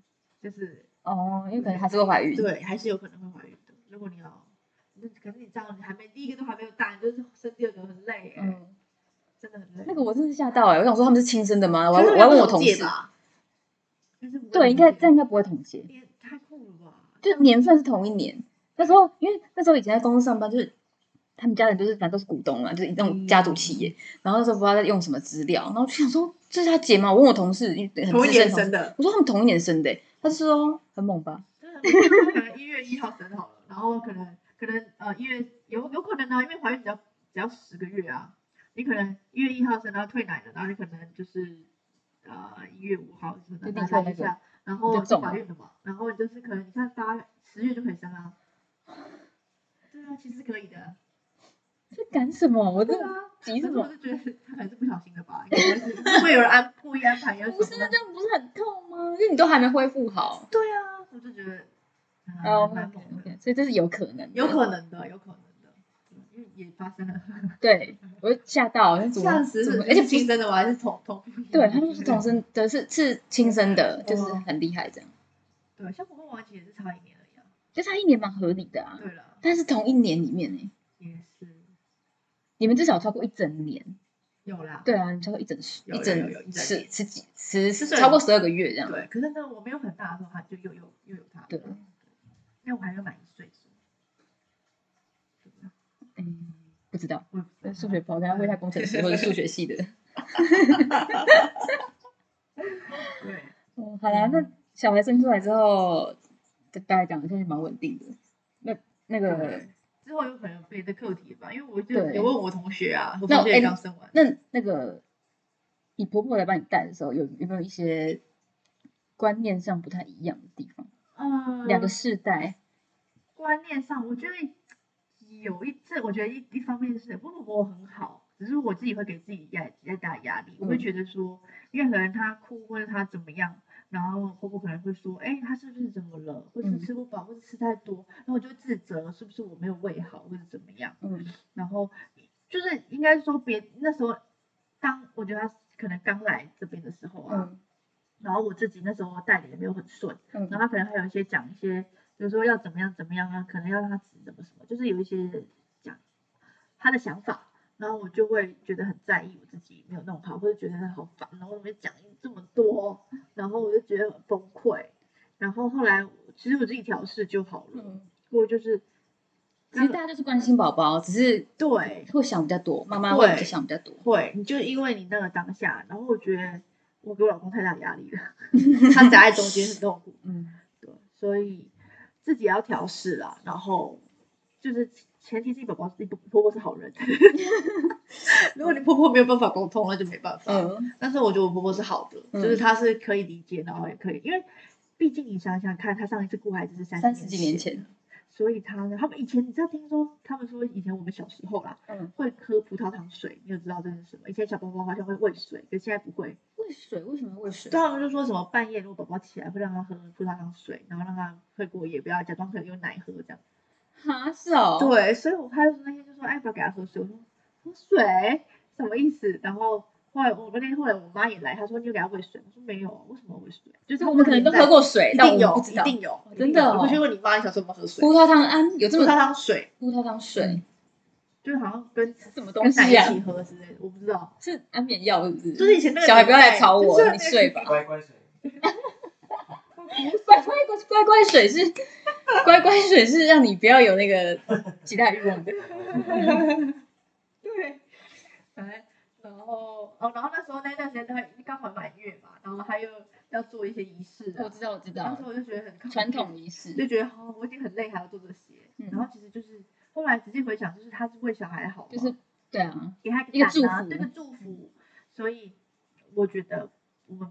Speaker 2: 就是
Speaker 1: 哦，因为可能还是会怀孕，
Speaker 2: 对，还是有可能会怀孕的。如果你要，那可是你知道，你还没第一个都还没有大，你就是生第二个很累、欸，
Speaker 1: 嗯。
Speaker 2: 真的很累。
Speaker 1: 那个我真是吓到哎、我想说他们是亲生的吗？我
Speaker 2: 可
Speaker 1: 要
Speaker 2: 是
Speaker 1: 我
Speaker 2: 他
Speaker 1: 要
Speaker 2: 们
Speaker 1: 问我
Speaker 2: 不
Speaker 1: 同
Speaker 2: 同届
Speaker 1: 事。
Speaker 2: 吧，但是不会
Speaker 1: 对，
Speaker 2: 同
Speaker 1: 应该
Speaker 2: 届
Speaker 1: 这样应该不会同届，
Speaker 2: 也太酷了吧？
Speaker 1: 就
Speaker 2: 像
Speaker 1: 年份是同一年。那时候因为那时候以前在公司上班，就是他们家人就是反正都是股东嘛，就是那种家族企
Speaker 2: 嗯
Speaker 1: 业。然后那时候不知道在用什么资料，然后我就想说这是他姐吗？我问我同事，因为很
Speaker 2: 同一
Speaker 1: 资深
Speaker 2: 年
Speaker 1: 的同事
Speaker 2: 生的，
Speaker 1: 我说他们同一年生的欸、他就说很猛吧？
Speaker 2: 真的可能一月一号生好了，然后可能可能呃一月有有可能啊，因为怀孕只要只要十个月啊，你可能一月一号生，然后退奶了，然后你可能就是呃一月五号生
Speaker 1: 就
Speaker 2: 的，
Speaker 1: 立
Speaker 2: 打
Speaker 1: 刻
Speaker 2: 胎
Speaker 1: 那
Speaker 2: 一
Speaker 1: 个
Speaker 2: 下，然后
Speaker 1: 就中
Speaker 2: 怀
Speaker 1: 了
Speaker 2: 孕了嘛，然后你就是可能你看八十月就可以生啊，对啊，其实可以的，
Speaker 1: 这赶什么？我
Speaker 2: 对
Speaker 1: 这
Speaker 2: 啊。
Speaker 1: 急什
Speaker 2: 但是 <laughs> 我
Speaker 1: 么？
Speaker 2: 就觉得他可能是不小心的吧，应该是会不会有人安故意安排，有什
Speaker 1: 不是，啊
Speaker 2: 么
Speaker 1: 那这样不是很痛吗？因为你都还没恢复好。
Speaker 2: 对啊，我就觉得，嗯
Speaker 1: 哦
Speaker 2: 蛮猛的，
Speaker 1: ，OK，所以这是有可能的，
Speaker 2: 有可能的，有可能的，嗯因为也发生了，
Speaker 1: 对，我就吓到，我就怎么
Speaker 2: 像死
Speaker 1: 怎
Speaker 2: 死，
Speaker 1: 么，而且不
Speaker 2: 亲生的我还是同同父异母，
Speaker 1: 对，他们是同生，对，是是亲生的，就是
Speaker 2: 哦
Speaker 1: 很厉害这样。
Speaker 2: 对，像我跟王琦也是差一年而已啊，
Speaker 1: 就他一年蛮合理的啊，
Speaker 2: 对了，
Speaker 1: 但是同一年里面呢、
Speaker 2: 也是
Speaker 1: 你们至少超过一整年。
Speaker 2: 有啦，
Speaker 1: 对啊，你超过一整十
Speaker 2: 有有有有
Speaker 1: 整
Speaker 2: 一整
Speaker 1: 十
Speaker 2: 年
Speaker 1: 十几十
Speaker 2: 是
Speaker 1: 超过十二个月这样。
Speaker 2: 对，可是呢，我没有很大的时候，他就又又又有他，
Speaker 1: 对，
Speaker 2: 因为我还没有满一岁数，对吧
Speaker 1: 嗯，不知道，
Speaker 2: 我也不知道
Speaker 1: 那数学不好，等下会他工程
Speaker 2: <laughs>
Speaker 1: 师或者数学系的。
Speaker 2: 对，
Speaker 1: 哦，好啦，那小孩生出来之后，大概讲现在蛮稳定的。那那个
Speaker 2: 对之后有可能别的课题吧，因为我就
Speaker 1: 对
Speaker 2: 有问我同学啊，我
Speaker 1: 那
Speaker 2: 同学
Speaker 1: 哎
Speaker 2: 也
Speaker 1: 你
Speaker 2: 刚生完，
Speaker 1: 那那个，你婆婆来帮你带的时候，有有没有一些观念上不太一样的地方？
Speaker 2: 嗯，
Speaker 1: 两个世代，
Speaker 2: 观念上，我觉得有一这，我觉得一一方面是不我很好，只是我自己会给自己压压大压力，我会
Speaker 1: 嗯
Speaker 2: 觉得说，任何人他哭或者他怎么样，然后婆婆可能会说，哎、他是不是怎么了，或是
Speaker 1: 嗯
Speaker 2: 吃不饱，或是吃太多，然后我就自责是不是我没有喂好，或者怎么样。
Speaker 1: 嗯
Speaker 2: 然后就是应该说别那时候，当我觉得他可能刚来这边的时候啊，
Speaker 1: 嗯
Speaker 2: 然后我自己那时候带的也没有很顺，
Speaker 1: 嗯
Speaker 2: 然后他可能还有一些讲一些，比如说要怎么样怎么样啊，可能要让他指什么什么，就是有一些讲他的想法，然后我就会觉得很在意我自己没有弄好，或者觉得好烦，然后我怎么讲这么多，然后我就觉得很崩溃，然后后来其实我自己调试就好了，
Speaker 1: 嗯，
Speaker 2: 我就是
Speaker 1: 其实大家就是关心宝宝，只是
Speaker 2: 对
Speaker 1: 会想比较多，妈妈会比较
Speaker 2: 对
Speaker 1: 想比较多。
Speaker 2: 会，你就因为你那个当下，然后我觉得我给我老公太大压力了， <laughs> 他夹在中间很痛苦，
Speaker 1: 嗯
Speaker 2: 对，所以自己要调试啦，然后就是前提是你宝宝是你婆婆是好人， <laughs> 如果你婆婆没有办法沟通，那就没办法。
Speaker 1: 嗯
Speaker 2: 但是我觉得我婆婆是好的，就是
Speaker 1: 嗯
Speaker 2: 她是可以理解，然后也可以，因为毕竟你想想看，她上一次顾孩子是三
Speaker 1: 三十几年前，
Speaker 2: 所以她呢，他们以前你知道听说，他们说以前我们小时候啦，
Speaker 1: 嗯，
Speaker 2: 会喝葡萄糖水，你有知道这是什么？以前小宝宝好像会喂水，可现在不会。
Speaker 1: 喂水为什么要喂水
Speaker 2: 对？啊他们就说什么半夜如果宝宝起来，会让他喝葡萄糖水，然后让他会过夜，不要假装可以有奶喝这样。
Speaker 1: 哈，是哦，，
Speaker 2: 对，所以我开始那天就说，哎，要不要给他喝水？我说喝水什么意思？然后后来我那天后来我妈也来，她说你有给他喂水，我说没有，为什么要喂水？就是
Speaker 1: 我们可能都喝过水，
Speaker 2: 一
Speaker 1: 但
Speaker 2: 定
Speaker 1: 我们
Speaker 2: 有，
Speaker 1: 不知
Speaker 2: 一
Speaker 1: 道。
Speaker 2: 定有，
Speaker 1: 真的
Speaker 2: 我
Speaker 1: 哦
Speaker 2: 去问你妈，你小时候有没有喝水？
Speaker 1: 葡萄糖胺有这
Speaker 2: 葡
Speaker 1: 么
Speaker 2: 萄糖水
Speaker 1: 葡萄糖水
Speaker 2: 嗯就是好像跟
Speaker 1: 是什么东
Speaker 2: 跟奶
Speaker 1: 西
Speaker 2: 一
Speaker 1: 啊
Speaker 2: 起？喝之类的，我不知道。
Speaker 1: 是安眠药是不是？
Speaker 2: 就是以前那个
Speaker 1: 小孩不
Speaker 2: 年
Speaker 1: 要来
Speaker 2: 代
Speaker 1: 吵
Speaker 2: 就
Speaker 1: 我
Speaker 2: 是，
Speaker 1: 你睡吧。
Speaker 3: 乖乖水，
Speaker 1: 乖乖乖乖水是乖乖水是让你不要有那个其他欲望的。
Speaker 2: <laughs> 对，反正然后哦，然后那时候那段时间他刚好满月嘛，然后他又要做一些仪式
Speaker 1: 我
Speaker 2: 啊，
Speaker 1: 知道，我知
Speaker 2: 当
Speaker 1: 道
Speaker 2: 时，我就觉得很
Speaker 1: 传统，仪
Speaker 2: 就
Speaker 1: 式
Speaker 2: 觉得哦，我已经很累，还要做这些。
Speaker 1: 嗯
Speaker 2: 然后其实就是后来仔细回想，就是他是为小孩好嘛，
Speaker 1: 就是对啊，
Speaker 2: 给他
Speaker 1: 一个
Speaker 2: 感
Speaker 1: 祝
Speaker 2: 啊
Speaker 1: 福
Speaker 2: 这个祝福。所以我觉得我们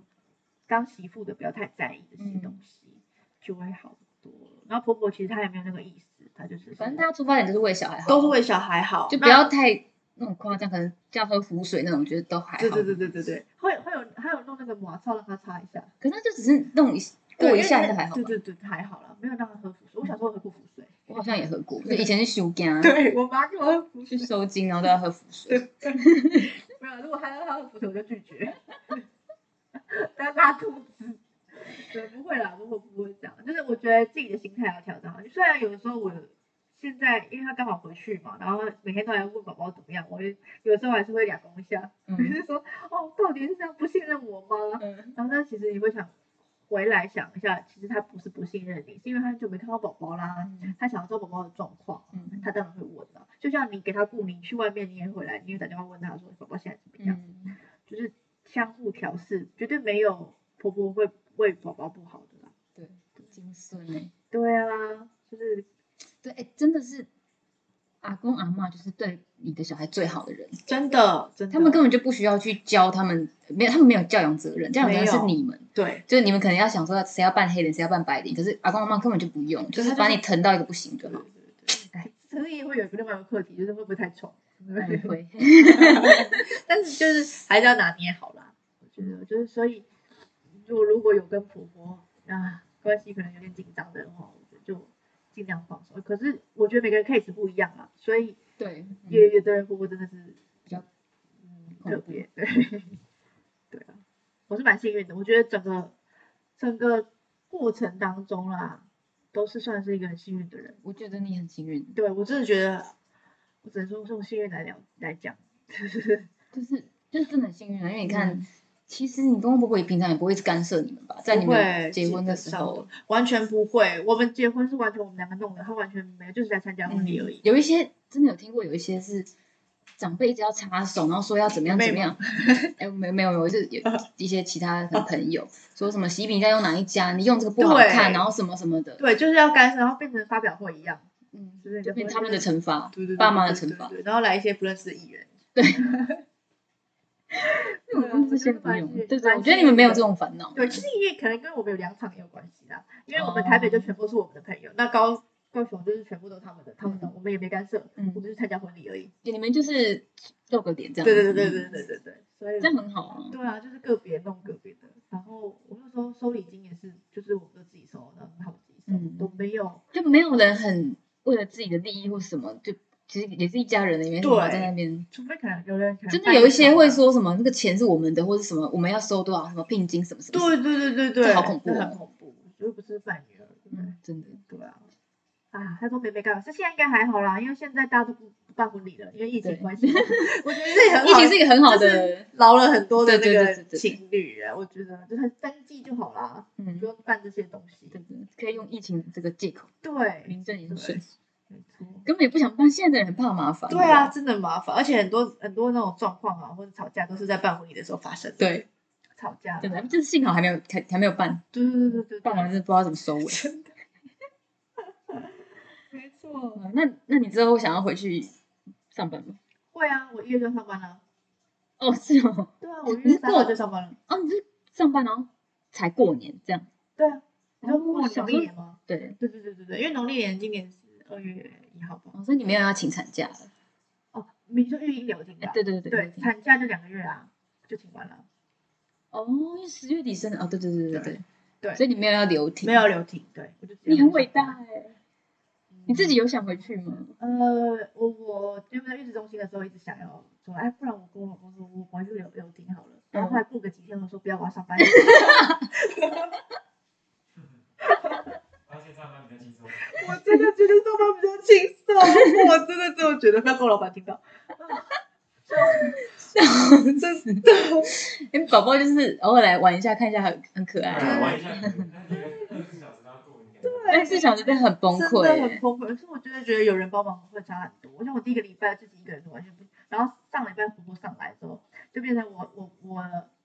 Speaker 2: 当媳妇的不要太在意这些
Speaker 1: 嗯
Speaker 2: 东西，就会好多了。然后婆婆其实她也没有那个意思，她就是
Speaker 1: 反正大家出发点就是为小孩好，
Speaker 2: 都是为小孩好，
Speaker 1: 就不
Speaker 2: 那
Speaker 1: 要太那种夸张，可能叫喝浮水那种，觉得都还好。
Speaker 2: 对对对对对对，会会有还有弄那个抹擦让他擦一下，
Speaker 1: 可是那就只是弄一过一下
Speaker 2: 对
Speaker 1: 就还
Speaker 2: 因为
Speaker 1: 好
Speaker 2: 对
Speaker 1: 吧。
Speaker 2: 对对，还好啦，没有让他喝浮水。我小时候喝过浮水，
Speaker 1: 我好像也喝过，就以前是修干，
Speaker 2: <laughs> 对我妈给我喝浮
Speaker 1: 去
Speaker 2: 水，
Speaker 1: 收金，然后都要喝浮水。
Speaker 2: <laughs> 没有，如果他让他喝浮水，我就拒绝， <laughs> 让他吐子。对，不会啦，不会不会这样，就是我觉得自己的心态要调整好。虽然有的时候我现在，因为他刚好回去嘛，然后每天都来问宝宝怎么样，我就有时候还是会两公一下，我
Speaker 1: 嗯
Speaker 2: <laughs> 就说哦，到底是这样不信任我吗？
Speaker 1: 嗯
Speaker 2: 然后但其实你会想回来想一下，其实他不是不信任你，是因为他很久没看到宝宝啦，他想要知道宝宝的状况，
Speaker 1: 嗯
Speaker 2: 他当然会问啦。就像你给他顾，你去外面你也回来，你也打电话问他说宝宝现在怎么样，
Speaker 1: 嗯，
Speaker 2: 就是相互调试，绝对没有婆婆会为宝宝不好的啦。
Speaker 1: 对，金孙呢？
Speaker 2: 对啊，就是
Speaker 1: 对，哎，真的是阿公阿妈就是对你的小孩最好的人。
Speaker 2: 真的，真的，
Speaker 1: 他们根本就不需要去教他们，没有他们没有教养责任，教养责任
Speaker 2: 没有
Speaker 1: 是你们，
Speaker 2: 对，
Speaker 1: 就是你们可能要想说谁要扮黑脸，谁要扮白脸，可是阿公阿妈根本就不用，就是把你疼到一个不行就
Speaker 2: 对
Speaker 1: 好
Speaker 2: 对。对对，所以会有一个另外一个课题，就是会不会太宠？
Speaker 1: 嗯会，
Speaker 2: <laughs> 但是就是还是要拿捏好啦。我觉得就是所以，就如果有跟婆婆啊关系可能有点紧张的话，我觉得就尽量放手。可是我觉得每个人 case 不一样啊，所以
Speaker 1: <laughs> 对，
Speaker 2: <laughs> 有有的人婆婆真的是
Speaker 1: 嗯比较
Speaker 2: 嗯
Speaker 1: 恐
Speaker 2: 特
Speaker 1: 怖
Speaker 2: 别，对对啊，我是蛮幸运的。我觉得整个整个过程当中啦，都是算是一个很幸运的人。
Speaker 1: 我觉得你很幸运，
Speaker 2: 对我真的觉得，我只能说用幸运来聊来讲。
Speaker 1: 就是就是真的很幸运啊，因为你
Speaker 2: 嗯
Speaker 1: 看，其实你公公婆婆也平常也不会干涉你们吧，在你
Speaker 2: 不会
Speaker 1: 们结婚的时
Speaker 2: 基本
Speaker 1: 候
Speaker 2: 上，完全不会。我们结婚是完全我们两个弄的，他完全没有，就是来参加婚礼而已。
Speaker 1: 嗯有一些真的有听过，有一些是长辈一直要插手，然后说要怎么样
Speaker 2: 妹
Speaker 1: 怎么样。哎，没没有没有，就是
Speaker 2: <laughs>
Speaker 1: 有一些其他的朋友说什么喜饼要用哪一家，你用这个不好
Speaker 2: 对
Speaker 1: 看，然后什么什么的，
Speaker 2: 对，就是要干涉，然后变成发表会一样，
Speaker 1: 嗯，
Speaker 2: 就是
Speaker 1: 就变
Speaker 2: 婚
Speaker 1: 他们的惩罚。
Speaker 2: 对对对
Speaker 1: 爸妈的
Speaker 2: 对对
Speaker 1: 惩罚
Speaker 2: 对对然后来一些不认识的艺人。对啊
Speaker 1: 我们这些不用
Speaker 2: 我觉得蛮幸，运
Speaker 1: 对对，我觉得你们没有这种烦恼。
Speaker 2: 对，其实也可能跟我们有两场也有关系啦，因为我们台北就全部是我们的朋友，那高高雄就是全部都他们的，他们的，我们也没干涉，
Speaker 1: 嗯
Speaker 2: 我们就是参加婚礼而已。
Speaker 1: 就你们就是露个脸这样，嗯
Speaker 2: 对对对对对，对对对，所以
Speaker 1: 这样很好啊。
Speaker 2: 对啊，就是个别弄个别的。然后我那时候收礼金也是，就是我们都自己收，然后他们自己收，
Speaker 1: 嗯
Speaker 2: 都没有。
Speaker 1: 就没有人很为了自己的利益或什么，就其实也是一家人的，也没什么好在那边。
Speaker 2: 除非可能有人可能
Speaker 1: 真的
Speaker 2: 办
Speaker 1: 有一些
Speaker 2: 场
Speaker 1: 会
Speaker 2: 啊，
Speaker 1: 说什么那个钱是我们的，或者什么我们要收多少什么聘金什么什么。
Speaker 2: 对对对对对，
Speaker 1: 这好恐怖
Speaker 2: 这
Speaker 1: 哦
Speaker 2: 很恐怖，又不是犯女儿，对不对？
Speaker 1: 嗯，真的。
Speaker 2: 对啊，啊，他说没没干，这现在应该还好啦，因为现在大家都不不办婚礼了，因为疫情
Speaker 1: 对
Speaker 2: 关
Speaker 1: <laughs>
Speaker 2: 系。我觉得这也很
Speaker 1: 疫
Speaker 2: 好，
Speaker 1: 情是一个很好
Speaker 2: 就
Speaker 1: 的
Speaker 2: 是，饶了很多的那
Speaker 1: 对对对
Speaker 2: 个
Speaker 1: 对对
Speaker 2: 情侣啊，我觉得就他登记就好啦，
Speaker 1: 嗯
Speaker 2: 不，用办这些东西。
Speaker 1: 真的可以用疫情这个借口
Speaker 2: 对，
Speaker 1: 名正言顺
Speaker 2: 对，没错。
Speaker 1: 根本也不想办。现在的人很怕麻烦。
Speaker 2: 对啊，，真的很麻烦，而且很多很多那种状况啊，或者吵架都是在办婚礼的时候发生的。，
Speaker 1: 对，
Speaker 2: 吵架。
Speaker 1: 真的，
Speaker 2: 对
Speaker 1: 就是幸好还没有还还没有办，
Speaker 2: 对对对对，
Speaker 1: 办完是不知道怎么收尾。
Speaker 2: 真的，没错。
Speaker 1: 嗯那那你之后想要回去上班吗？
Speaker 2: 会啊，我一月就上班了。
Speaker 1: 哦，是哦，
Speaker 2: 对啊，我一
Speaker 1: 你
Speaker 2: 月
Speaker 1: 是
Speaker 2: 三
Speaker 1: 过
Speaker 2: 号就上班了。
Speaker 1: 哦，你是上班然后才过年这样？
Speaker 2: 对啊，你说
Speaker 1: 哦
Speaker 2: 过
Speaker 1: 想说
Speaker 2: 农历年吗？
Speaker 1: 对，
Speaker 2: 对对对对对，因为农历年今年是二月一号吧？
Speaker 1: 哦，所以你没有要请产假了？
Speaker 2: 哦，你说育婴留停
Speaker 1: 哎
Speaker 2: 吧？
Speaker 1: 对对对
Speaker 2: 对，产假就两个月啊，就请完了，
Speaker 1: 哦，因为十月底生的哦，对对对对对
Speaker 2: 对
Speaker 1: 所以你没有要留停，
Speaker 2: 没有，留停。对，我就直接
Speaker 1: 你很
Speaker 2: 上
Speaker 1: 伟
Speaker 2: 班
Speaker 1: 大。哎，
Speaker 2: 嗯
Speaker 1: 你自己有想回去 <laughs> 吗？
Speaker 2: 呃，我我原本在月子中心的时候一直想要说，哎，不然我跟我老公说，我我就留留停好了。然后后来过个几天，我说不要，我要上 <laughs> 班。
Speaker 3: 发现上班比较轻松。
Speaker 2: 我真的觉得上班比较轻松，我真的这么觉得，不要跟我老板听 <laughs> 到。
Speaker 1: 真是的，因为宝宝就是偶尔来玩一下，看一下很很可
Speaker 2: 啊
Speaker 3: 哎
Speaker 1: 爱，
Speaker 3: 玩一下，那你二十四小时都要过一天。
Speaker 1: 但是小时真的很崩
Speaker 2: 真
Speaker 1: 溃
Speaker 2: 的很
Speaker 1: 哎，
Speaker 2: 崩溃。可是我真的觉得有人帮忙会差很多。像我第一个礼拜自己一个人完全不，然后上礼拜婆婆上来之后，就变成我我我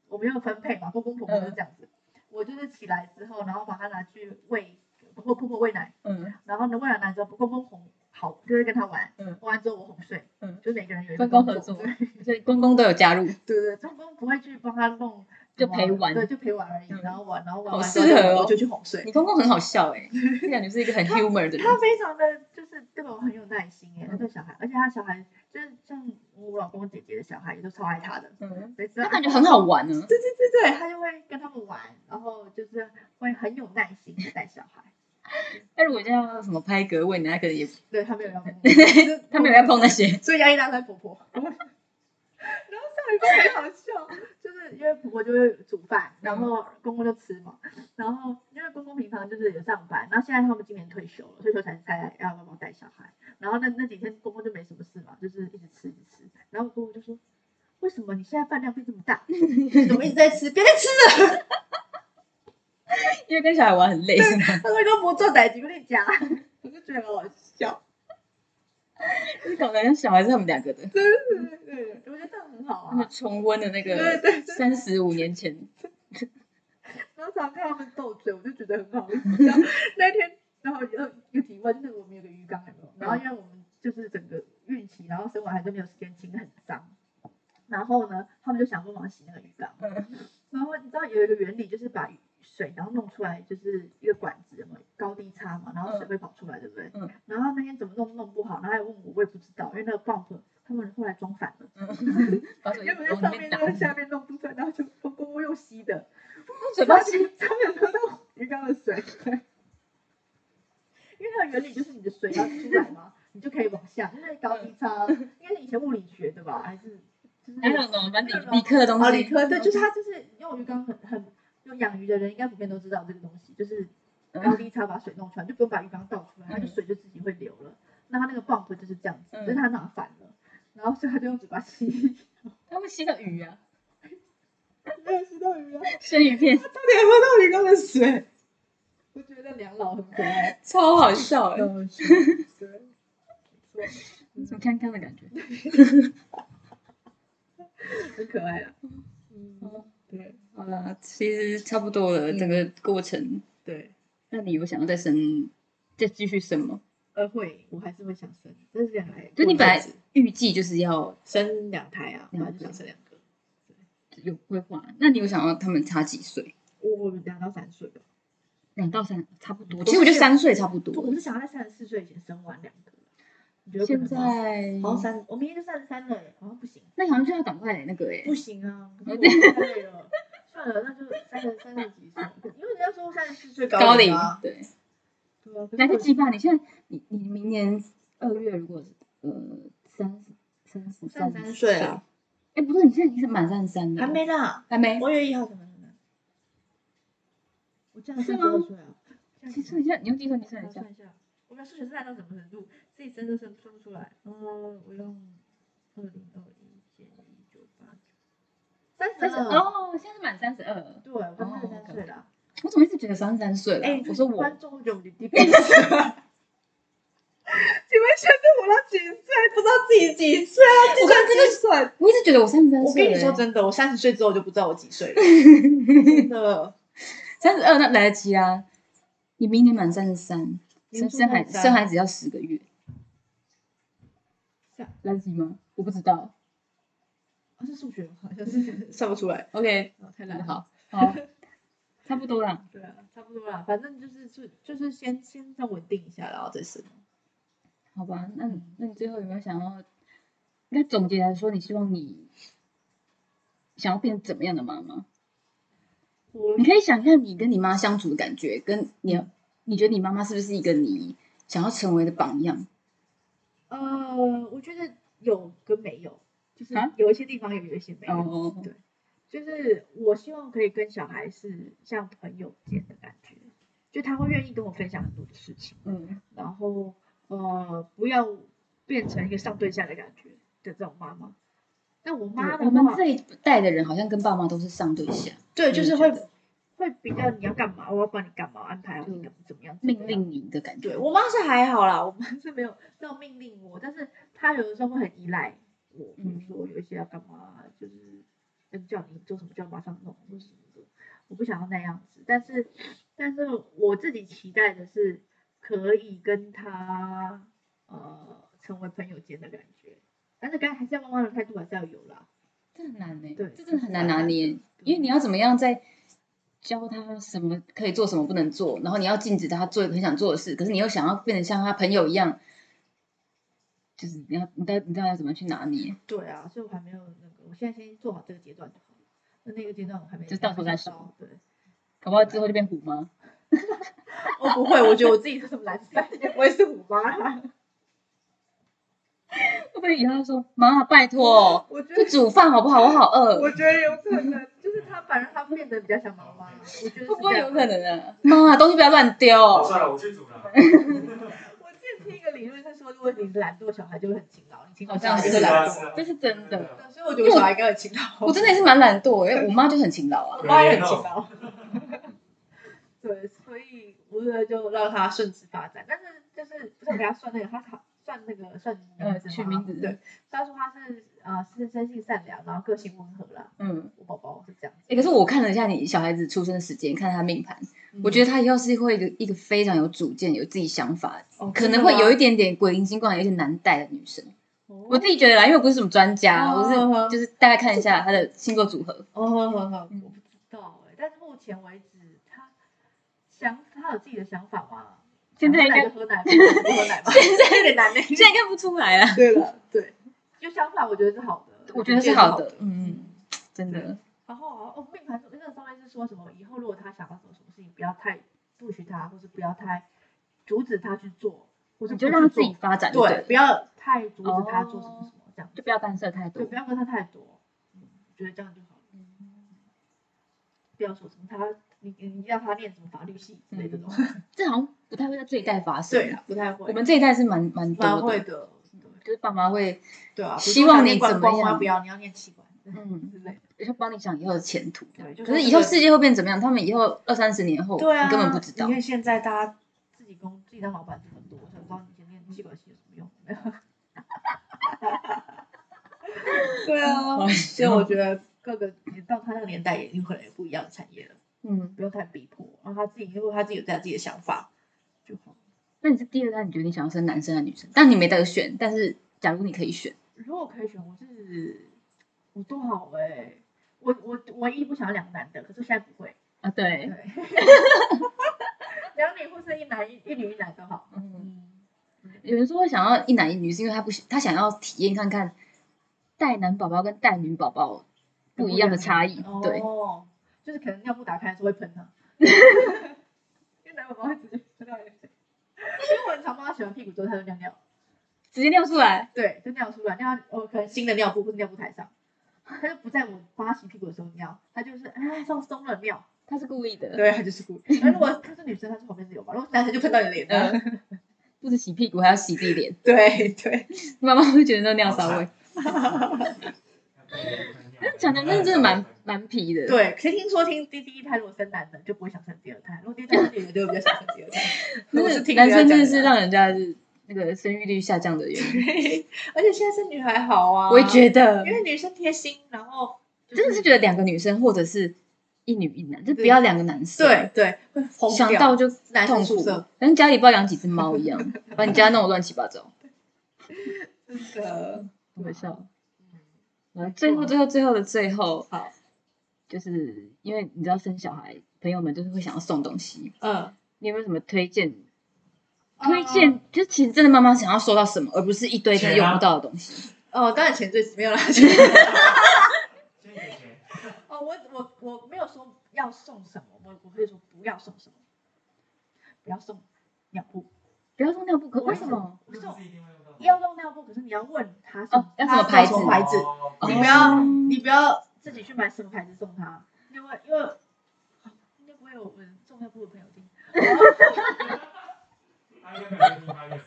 Speaker 2: 我没有分配嘛，公公婆婆
Speaker 1: 嗯
Speaker 2: 就是这样子。我就是起来之后，然后把她拿去喂，婆婆婆喂奶，
Speaker 1: 嗯，
Speaker 2: 然后呢喂完奶之后，公公哄好，就是跟她玩，
Speaker 1: 嗯
Speaker 2: 玩完之后我哄睡，
Speaker 1: 嗯
Speaker 2: 就是每个人有一个
Speaker 1: 分工合作
Speaker 2: 对
Speaker 1: 所以公公都有加入，
Speaker 2: 对对，公公不会去帮她弄。
Speaker 1: 就陪玩
Speaker 2: 对，就陪玩而已，
Speaker 1: 嗯
Speaker 2: 然后玩，然后玩
Speaker 1: 好
Speaker 2: 完之后就
Speaker 1: 适合哦
Speaker 2: 我就去哄睡。
Speaker 1: 你公公很好笑哎，就感觉是一个很 humor 的人，
Speaker 2: 他非常的就是对我很有耐心哎，他对小孩，而且他小孩就是像我老公姐姐的小孩，也都超爱他的。
Speaker 1: 嗯，
Speaker 2: 每次
Speaker 1: 他感觉很好玩啊呢，
Speaker 2: 对对对对，他就会跟他们玩，然后就是会很有耐心的带小孩。
Speaker 1: 但如果现在要什么拍嗝喂奶，他可能也，
Speaker 2: 对他没有要碰
Speaker 1: <laughs> 他没有要，碰那些， <laughs>
Speaker 2: 所以压力大在婆 <laughs> 婆。然后上一个很好笑，就是因为婆婆就会煮饭，然后公公就吃嘛。然后因为公公平常就是有上班，然后现在他们今年退休了，退休才才要帮忙带小孩。然后那那几天公公就没什么事嘛，就是一直吃一直吃。然后公公就说：“为什么你现在饭量变这么 <laughs> 大？你怎么一直在吃？别再吃
Speaker 1: 因为跟小孩玩很累是吗？
Speaker 2: 了！”他说：“都不做奶，几个你夹。” <laughs> 我就觉得很好笑。
Speaker 1: 就是搞得像小孩是他们两个的，
Speaker 2: 对啊对对，我觉得这样很好
Speaker 1: 他们
Speaker 2: 啊。
Speaker 1: 重温的那
Speaker 2: 对
Speaker 1: 个
Speaker 2: 对对，
Speaker 1: 三十五年前，
Speaker 2: 然后常看他们斗嘴，我就觉得很好笑。 <laughs> 那天，然后有一个题外，就是我们有个鱼缸，有没有？然后因为我们就是整个孕期，然后生完孩就没有时间清，很脏。然后呢，他们就想帮忙洗那个鱼缸。
Speaker 1: 嗯
Speaker 2: <laughs> 然后你知道有一个原理，就是把水然后弄出来，就是一个管子嘛，高低差嘛，然后水会跑出来，对不对？
Speaker 1: 嗯。
Speaker 2: 然后他那天怎么弄都弄不好，然后还问我，我也不知道，因为那个 bump 他们后来装反了，
Speaker 1: 把手机
Speaker 2: 原本在
Speaker 1: 往
Speaker 2: 上
Speaker 1: 里
Speaker 2: 面
Speaker 1: 面
Speaker 2: 那
Speaker 1: 打，
Speaker 2: 个下面弄不出来，然后就公公用吸的。
Speaker 1: 嘴巴
Speaker 2: 吸，他们有喝到鱼缸的水，因为它的原理就是你的水要出来嘛，你就可以往下，因为高低差，应该是以前物理学的吧，还是就是
Speaker 1: 还有呢，反正理理科的东
Speaker 2: 哦
Speaker 1: 西，
Speaker 2: 理科对，就是它就是因为我鱼缸很很有养鱼的人应该普遍都知道这个东西，就是
Speaker 1: 嗯
Speaker 2: 高低差把水弄出来，就不用把鱼缸倒出来，它就水就自己会流了。那它那个 bump 就是这样子，
Speaker 1: 嗯
Speaker 2: 只是它拿反了，然后所以它就用嘴巴吸，
Speaker 1: 他会吸到鱼啊，
Speaker 2: <laughs> 没有吸到鱼啊，
Speaker 1: 生鱼片，
Speaker 2: 差点喝到鱼缸的水。我觉得两老很可爱。
Speaker 1: 超好笑哎、
Speaker 2: 嗯，是 <laughs> 对，没错，
Speaker 1: 有什么康康的感觉？
Speaker 2: 很可爱啊。嗯，对
Speaker 1: 好啦，呃其实差不多了，整个过程。
Speaker 2: 对，
Speaker 1: 那你有想要再生，再继续生吗？
Speaker 2: 呃，会，我还是会想生，但是两孩，
Speaker 1: 就你本来预计就是要
Speaker 2: 生两胎啊，我本来就
Speaker 1: 两
Speaker 2: 想
Speaker 1: 个
Speaker 2: 生两个，
Speaker 1: 有规划，那你有想要他们差几岁？
Speaker 2: 我我们两到三岁吧，
Speaker 1: 两到三差不多，
Speaker 2: 我
Speaker 1: 其实我觉得
Speaker 2: 是
Speaker 1: 三岁差不
Speaker 2: 我
Speaker 1: 多。
Speaker 2: 是想要在三十四岁以前生完两个，你觉得可
Speaker 1: 现
Speaker 2: 能吗？
Speaker 1: 在
Speaker 2: 好像三，我明天就三十三了耶，好像不行，
Speaker 1: 那好像就要赶快那个哎、
Speaker 2: 不行啊，可
Speaker 1: <laughs>
Speaker 2: 是我太累了，算了，那就三十三十几岁，因为人家说三十四岁
Speaker 1: 高
Speaker 2: 龄
Speaker 1: 龄
Speaker 2: 啊，
Speaker 1: 对，
Speaker 2: 对啊，可
Speaker 1: 来
Speaker 2: 是
Speaker 1: 得
Speaker 2: 我
Speaker 1: 及吧？你现在你你明年二月如果是呃三十三十
Speaker 2: 三
Speaker 1: 三十
Speaker 2: 十三岁啊，，
Speaker 1: 哎、不对，你现在已经是满三十三了，
Speaker 2: 还没啦，
Speaker 1: 还没，
Speaker 2: 我以为一号什么什么，我这样
Speaker 1: 是
Speaker 2: 三
Speaker 1: 吗
Speaker 2: 十二岁啊，这样
Speaker 1: 其实你现在你用计算机算
Speaker 2: 我
Speaker 1: 一下，
Speaker 2: 算一下，我们数学是烂到什么程度，自己真的算算不出来。嗯，我用二零二一减一九八九，三
Speaker 1: 三十
Speaker 2: 十二，
Speaker 1: 哦，现在是满三十二，
Speaker 2: 对，我三十三岁了。
Speaker 1: 我怎么一直觉得三十三岁了？
Speaker 2: 哎，
Speaker 1: 我说我
Speaker 2: 观众有你的病。请问现在活到几岁？哎不知道自己几岁啊？计算机算。
Speaker 1: 我一直觉得我三十三岁，
Speaker 2: <laughs> 我跟你说真的，我三十岁之后就不知道我几岁了，真 <laughs> 的。
Speaker 1: 三十二那来得及啊！你明年满三十三，
Speaker 2: 年
Speaker 1: 生
Speaker 2: 初
Speaker 1: 生孩
Speaker 2: 33
Speaker 1: 生孩子要十个月
Speaker 2: 是啊，
Speaker 1: 来得及吗？我不知道。
Speaker 2: 啊是数学吗，好 <laughs>
Speaker 1: <laughs>
Speaker 2: 像是算不出来，
Speaker 1: OK，
Speaker 2: 啊太难了。
Speaker 1: 好，好，差不多啦。
Speaker 2: 对啊，差不多啦，反正就是就就是先先再稳定一下，然后再生。
Speaker 1: 好吧，那你那你最后有没有想要？那总结来说，你希望你想要变成怎么样的妈妈？
Speaker 2: 我
Speaker 1: 你可以想象你跟你妈相处的感觉，跟你你觉得你妈妈是不是一个你想要成为的榜样？
Speaker 2: 呃，我觉得有跟没有，就是
Speaker 1: 啊
Speaker 2: 有一些地方有，有一些没有。
Speaker 1: 哦
Speaker 2: 对，就是我希望可以跟小孩是像朋友间的感觉，就他会愿意跟我分享很多的事情，
Speaker 1: 嗯，
Speaker 2: 然后呃，不要变成一个上对下的感觉的这种妈妈。那我妈
Speaker 1: 对
Speaker 2: 的
Speaker 1: 我们
Speaker 2: 话，
Speaker 1: 这一代的人好像跟爸妈都是上对下，
Speaker 2: 对，
Speaker 1: 我
Speaker 2: 就
Speaker 1: 也觉
Speaker 2: 是会
Speaker 1: 得嗯
Speaker 2: 会比较你要干嘛，我要帮你干嘛，安排好你干嘛，怎么样，怎么
Speaker 1: 命
Speaker 2: 样
Speaker 1: 令你的感觉。
Speaker 2: 对我妈是还好啦，我妈是没有没有命令我，但是她有的时候会很依赖我，比如
Speaker 1: 嗯
Speaker 2: 说有一些要干嘛，就是嗯叫你做什么就要马上弄，或什么的，我不想要那样子。但是但是我自己期待的是可以跟她呃成为朋友间的感觉，但是刚还是要妈妈的态度还是要有啦。
Speaker 1: 这很难呢、欸
Speaker 2: 对
Speaker 1: 这真的很难拿捏，
Speaker 2: 对
Speaker 1: 因为你要怎么样在教他什么可以做，什么不能做，然后你要禁止他做很想做的事，可是你又想要变得像他朋友一样，就是你要你到你知道要怎么去拿捏，
Speaker 2: 对啊，所以我还没有那个，我现在先做好这个阶段就好了。那那个阶段我还没
Speaker 1: 就到时候再
Speaker 2: 想到
Speaker 1: 说。
Speaker 2: 对。
Speaker 1: 搞不好之后就变虎妈。
Speaker 2: 我哦不会，我觉得我自己是很懒散，也不会是虎妈啦。
Speaker 1: 会不会以后他说妈，拜托，
Speaker 2: 我觉
Speaker 1: 就
Speaker 2: 得，
Speaker 1: 煮饭好不好？我好饿。
Speaker 2: 我觉得有可能，就是他，反正他变得比较像妈妈。我觉得是
Speaker 1: 会不会
Speaker 2: 这
Speaker 1: 有
Speaker 2: 样
Speaker 1: 可？能啊？妈，东西不要乱丢。
Speaker 3: 哦算了，我去煮了。
Speaker 2: 我之前听一个理论是说，如果你懒惰，小孩就会很勤劳；你勤劳，
Speaker 1: 好像
Speaker 2: 小孩
Speaker 1: 是啊
Speaker 2: 就会懒惰。
Speaker 1: 这是真的。
Speaker 2: 对所以我觉得我小孩应该很勤劳。
Speaker 1: 我真的也是蛮懒惰，欸因为我妈就很勤劳啊。
Speaker 2: 我妈也很勤劳。 <laughs> 对，所以我觉得就让他顺势发展，但是就是不是我给他算那个，他考算那个算名字
Speaker 1: 呃取
Speaker 2: 吗
Speaker 1: 名字
Speaker 2: 对，他说他是呃是生性善良，然后个性温和啦。
Speaker 1: 嗯，
Speaker 2: 我宝宝是这样子，
Speaker 1: 哎、可是我看了一下你小孩子出生的时间，看他命盘，我
Speaker 2: 得。
Speaker 1: 觉得他以后是会一个一个非常有主见、有自己想法，
Speaker 2: 哦
Speaker 1: 可能会有一点
Speaker 2: 点，
Speaker 1: 点鬼灵精怪、有点难带的女生。我
Speaker 2: 我
Speaker 1: 自己觉得啦，因为我不是什么专家，
Speaker 2: 哦
Speaker 1: 我是就是大概看一下他的星座组合。
Speaker 2: 哦，好好好，
Speaker 1: 嗯
Speaker 2: 我不知道哎，但是目前为止，他想他有自己的想法吗？
Speaker 1: 现在应该
Speaker 2: 想喝
Speaker 1: <laughs>
Speaker 2: 奶就喝奶，不喝奶吧，现在有点难呢。
Speaker 1: 现在看不出来
Speaker 2: <laughs>
Speaker 1: 啦，
Speaker 2: 对了，对，就想法我觉得是好
Speaker 1: <laughs>
Speaker 2: 的，
Speaker 1: 我觉得是好的，嗯，真的，
Speaker 2: 然后啊哦，命盘那个上面是说什么？以后如果他想要做什么事情，不要太不许他，或是不要太阻止他去做，或是
Speaker 1: 你
Speaker 2: 不
Speaker 1: 就
Speaker 2: 去
Speaker 1: 让他自己
Speaker 2: 做
Speaker 1: 发展就
Speaker 2: 对，
Speaker 1: 对，哦
Speaker 2: 不要太阻止他做什么什么这样子
Speaker 1: 就。不要干涉太
Speaker 2: 对，
Speaker 1: 多嗯
Speaker 2: 不。要问他太多，嗯，我觉得这样就好了。不要说什么他，你你让他念什么法律系之类的东西。
Speaker 1: 这好像不太会在这一代发生。
Speaker 2: 对啦，不太会。
Speaker 1: 嗯我们这一代是蛮啊蛮
Speaker 2: 蛮
Speaker 1: 多
Speaker 2: 会
Speaker 1: 的，
Speaker 2: 的，
Speaker 1: 就是爸妈会
Speaker 2: 对啊。比如
Speaker 1: 希
Speaker 2: 说
Speaker 1: 望
Speaker 2: 想
Speaker 1: 你
Speaker 2: 念观
Speaker 1: 怎么
Speaker 2: 光吗
Speaker 1: 样
Speaker 2: 不要，你要念器官，
Speaker 1: 嗯
Speaker 2: 之类的。
Speaker 1: 就帮你想以后的前途。
Speaker 2: 对，就
Speaker 1: 可是
Speaker 2: 这
Speaker 1: 以后
Speaker 2: 个
Speaker 1: 世界会变怎么样？他们以后二三十年后，
Speaker 2: 对啊，
Speaker 1: 你根本不知道
Speaker 2: 你。看现在大家自己工自己当老板这么多，想不知道你以前念气管系有什么用？对
Speaker 1: <laughs> 哎
Speaker 2: 啊，所以我觉得各个年到他那个年代也有可能有不一样的产业了，
Speaker 1: 嗯，
Speaker 2: 不用太逼迫，然后他自己如果他自己有他自己的想法就好。
Speaker 1: 那你是第二代，你决定想要生男生还是女生？但你没得选，但是假如你可以选，
Speaker 2: 如果可以选，我是我都好哎、啊我我我唯一不想要两个男的，可是现在不会。
Speaker 1: 啊，对
Speaker 2: 对， <laughs> 两女护士一男一一女一男都好。
Speaker 1: 嗯，
Speaker 2: 嗯，
Speaker 1: 有人说会想要一男一女，是因为他不喜他想要体验看看带男宝宝跟带女宝宝不一样的差异。对，
Speaker 2: 哦，就是可能尿布打开的时候会喷 <laughs> 他，因为男宝宝会直接喷到眼睛。因为我很常帮他洗完屁股之后，他就尿尿，
Speaker 1: 直接尿出来，
Speaker 2: 对，就尿出来，尿到哦我可能新的尿布或是尿布台上，他就不在我帮他洗屁股的时候尿，他就是啊放松了尿，
Speaker 1: 他是故意的，
Speaker 2: 对，他就是故意。那如果他是女生，他是旁边是有吧？如果是男生就喷到你脸了，
Speaker 1: 嗯不止洗屁股，还要洗自己脸，
Speaker 2: 对对，
Speaker 1: 妈妈会觉得那尿骚味。
Speaker 3: 哎
Speaker 1: 讲讲真的真的蛮蛮皮的。，
Speaker 2: 对，可是听说听第第一胎如果生男的就不会想生第二胎，如果第一胎生女的就会比较想生 <laughs> 第二胎。我是听
Speaker 1: 男
Speaker 2: 人家
Speaker 1: 生真的
Speaker 2: 讲
Speaker 1: 是
Speaker 2: 啊
Speaker 1: 让人家是那个生育率下降的原因。
Speaker 2: <laughs> 对， <laughs> 而且现在是女孩好啊，
Speaker 1: 我也觉得
Speaker 2: 因，为女生贴心，然后、就
Speaker 1: 真的是觉得两个女生或者是一女一男，就不要两个男生。
Speaker 2: 对对会疯掉
Speaker 1: 想到就
Speaker 2: 男
Speaker 1: 痛
Speaker 2: 生宿
Speaker 1: 苦
Speaker 2: 舍，
Speaker 1: 跟家里不知道养几只猫一样，把你家弄得乱七八
Speaker 2: <laughs>
Speaker 1: 糟，
Speaker 2: 这个
Speaker 1: 很好笑。
Speaker 2: 嗯
Speaker 1: 来，最后最后最后的最后，
Speaker 2: 好
Speaker 1: 就是因为你知道生小孩，朋友们就是会想要送东西，
Speaker 2: 嗯哦
Speaker 1: 你有没有什么推荐？推荐就其实真的妈妈想要收到什么，而不是一堆真的用不到的东西。
Speaker 2: 哦，哦当然钱最没有啦。
Speaker 1: <laughs>
Speaker 3: 先给钱，
Speaker 2: 哦，我我我没有说要送什么，我我会说不要送什么，不要送尿布，
Speaker 1: 不要送尿布，可
Speaker 2: 为
Speaker 1: 为什么？？
Speaker 2: 我送
Speaker 3: 是一定会用到的
Speaker 2: 要用尿布，可是你要问他什
Speaker 1: 哦要什么
Speaker 2: 他
Speaker 1: 牌
Speaker 2: 送
Speaker 1: 子
Speaker 2: 什么牌子，
Speaker 3: 哦
Speaker 2: 你不要、
Speaker 1: 哦
Speaker 2: 你不要自己去买什么牌子送他，因为因为应该不会有我们送尿布的朋友听。
Speaker 3: 他应该没有听他的意思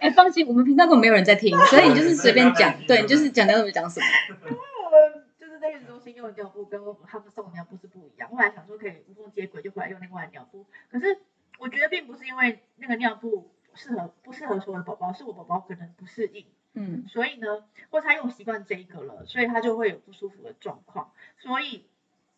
Speaker 1: 哎，放心，我们频道根本没有人在听，所以你就是随便讲，对，你就是讲到什么讲什么。
Speaker 2: 我们就是在月子中心用的尿布跟我他们送的尿布是不一样。我本来想说可以无缝接轨，就回来用另外的尿布，可是我觉得并不是因为那个尿布适合不适合所有的宝宝，是我宝宝可能不适应，
Speaker 1: 嗯，
Speaker 2: 所以呢，或是他用习惯这一个了，所以他就会有不舒服的状况。所以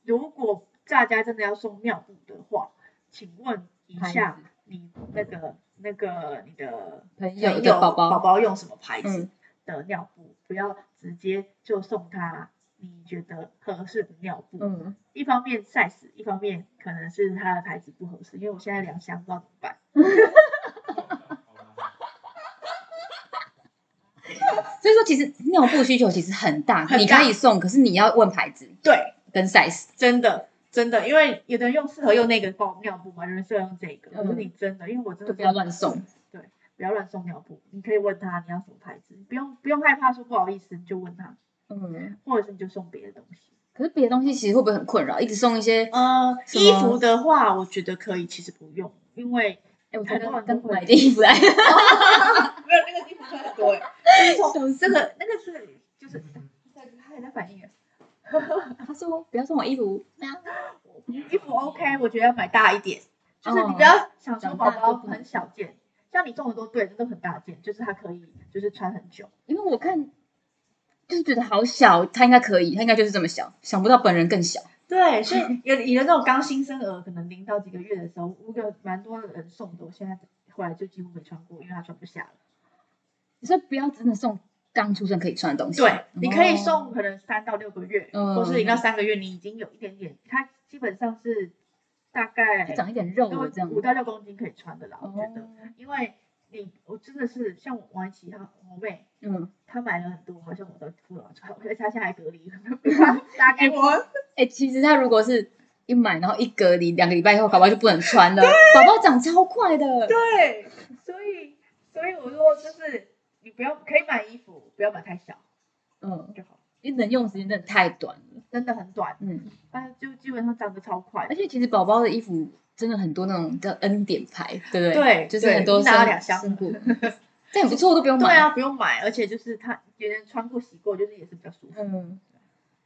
Speaker 2: 如果大家真的要送尿布的话，请问一
Speaker 1: 牌
Speaker 2: 下
Speaker 1: 子
Speaker 2: 你那个那个你的
Speaker 1: 朋
Speaker 2: 朋
Speaker 1: 友
Speaker 2: 友
Speaker 1: 的宝宝
Speaker 2: 宝宝用什么牌子？
Speaker 1: 嗯，
Speaker 2: 的尿布，不要直接就送他你觉得合适的尿布。
Speaker 1: 嗯，
Speaker 2: 一方面 size，一方面可能是它的牌子不合适，因为我现在两箱不知道怎么办。
Speaker 3: 哦
Speaker 1: <laughs>
Speaker 3: 好吧
Speaker 1: 所以说其实尿布需求其实很大，
Speaker 2: 很大
Speaker 1: 你可以送，可是你要问牌子
Speaker 2: 对，
Speaker 1: 跟 size。
Speaker 2: 真的真的，因为有的人用适合用那个包尿布嘛，有人适合用这个。可是
Speaker 1: 嗯
Speaker 2: 你真的，因为我真的
Speaker 1: 就不要乱送，
Speaker 2: 对，不要乱送尿布。你可以问他你要什么牌子，不用不用害怕说不好意思，你就问他，
Speaker 1: 嗯，
Speaker 2: 或者是你就送别的东西。
Speaker 1: 可是别的东西其实会不会很困扰？一直送一些，
Speaker 2: 呃，
Speaker 1: 什
Speaker 2: 衣
Speaker 1: 么
Speaker 2: 服的话，我觉得可以，其实不用，因为
Speaker 1: 哎，我才刚
Speaker 2: 很多人
Speaker 1: 刚
Speaker 2: 都会
Speaker 1: 买的衣服来，
Speaker 2: 没有那个衣服穿很多哎， <laughs> 就是这个那个是就是
Speaker 3: 嗯
Speaker 2: 他也在反应耶，
Speaker 1: 他说不要送我衣服，
Speaker 2: 啊衣服 OK，我觉得要买大一点，就是你
Speaker 1: 嗯
Speaker 2: 不要想说
Speaker 1: 长
Speaker 2: 宝
Speaker 1: 大
Speaker 2: 宝
Speaker 1: 就不能
Speaker 2: 很小件，像你送的都对，这都很大件，就是它可以就是穿很久，
Speaker 1: 因为我看就是觉得好小，他应该可以，他应该就是这么小，想不到本人更小。
Speaker 2: 对，所以有有的那种刚新生儿可能零到几个月的时候，我有蛮多人送的，我现在回来就几乎没穿过，因为他穿不下了。
Speaker 1: 所以不要真的送刚出生可以穿的东西。
Speaker 2: 对，你可以
Speaker 1: 哦
Speaker 2: 送可能三到六个月，
Speaker 1: 嗯
Speaker 2: 或是零到三个月，你已经有一点点，它基本上是大概
Speaker 1: 它长一点肉了这样。
Speaker 2: 啊五到六公斤可以穿的啦，我
Speaker 1: 哦
Speaker 2: 觉得，因为你我真的是像我王琦她我妹，
Speaker 1: 嗯，
Speaker 2: 她买了很多，好像我都不了穿， <laughs> 而且她现在还隔离，打给我，
Speaker 1: 哎，其实他如果是一买，然后一隔离两个礼拜以后，宝宝就不能穿了。宝宝长超快的，
Speaker 2: 对， <laughs> 所以所以我说就是你不要可以买衣服，不要买太小
Speaker 1: 嗯，
Speaker 2: 就好了，
Speaker 1: 因为能用的时间真的太短了。
Speaker 2: 真的很短，
Speaker 1: 嗯。
Speaker 2: 啊，就基本上长得超快
Speaker 1: 而，且其实宝宝的衣服真的很多那种叫恩典牌，对不对？
Speaker 2: 对
Speaker 1: 就是很多
Speaker 2: 对拿了两
Speaker 1: 生
Speaker 2: 箱
Speaker 1: 生骨，这很不错，都不用买。
Speaker 2: 对啊，不用买，而且就是她别人穿过洗过，就是也是比较舒服，
Speaker 1: 嗯，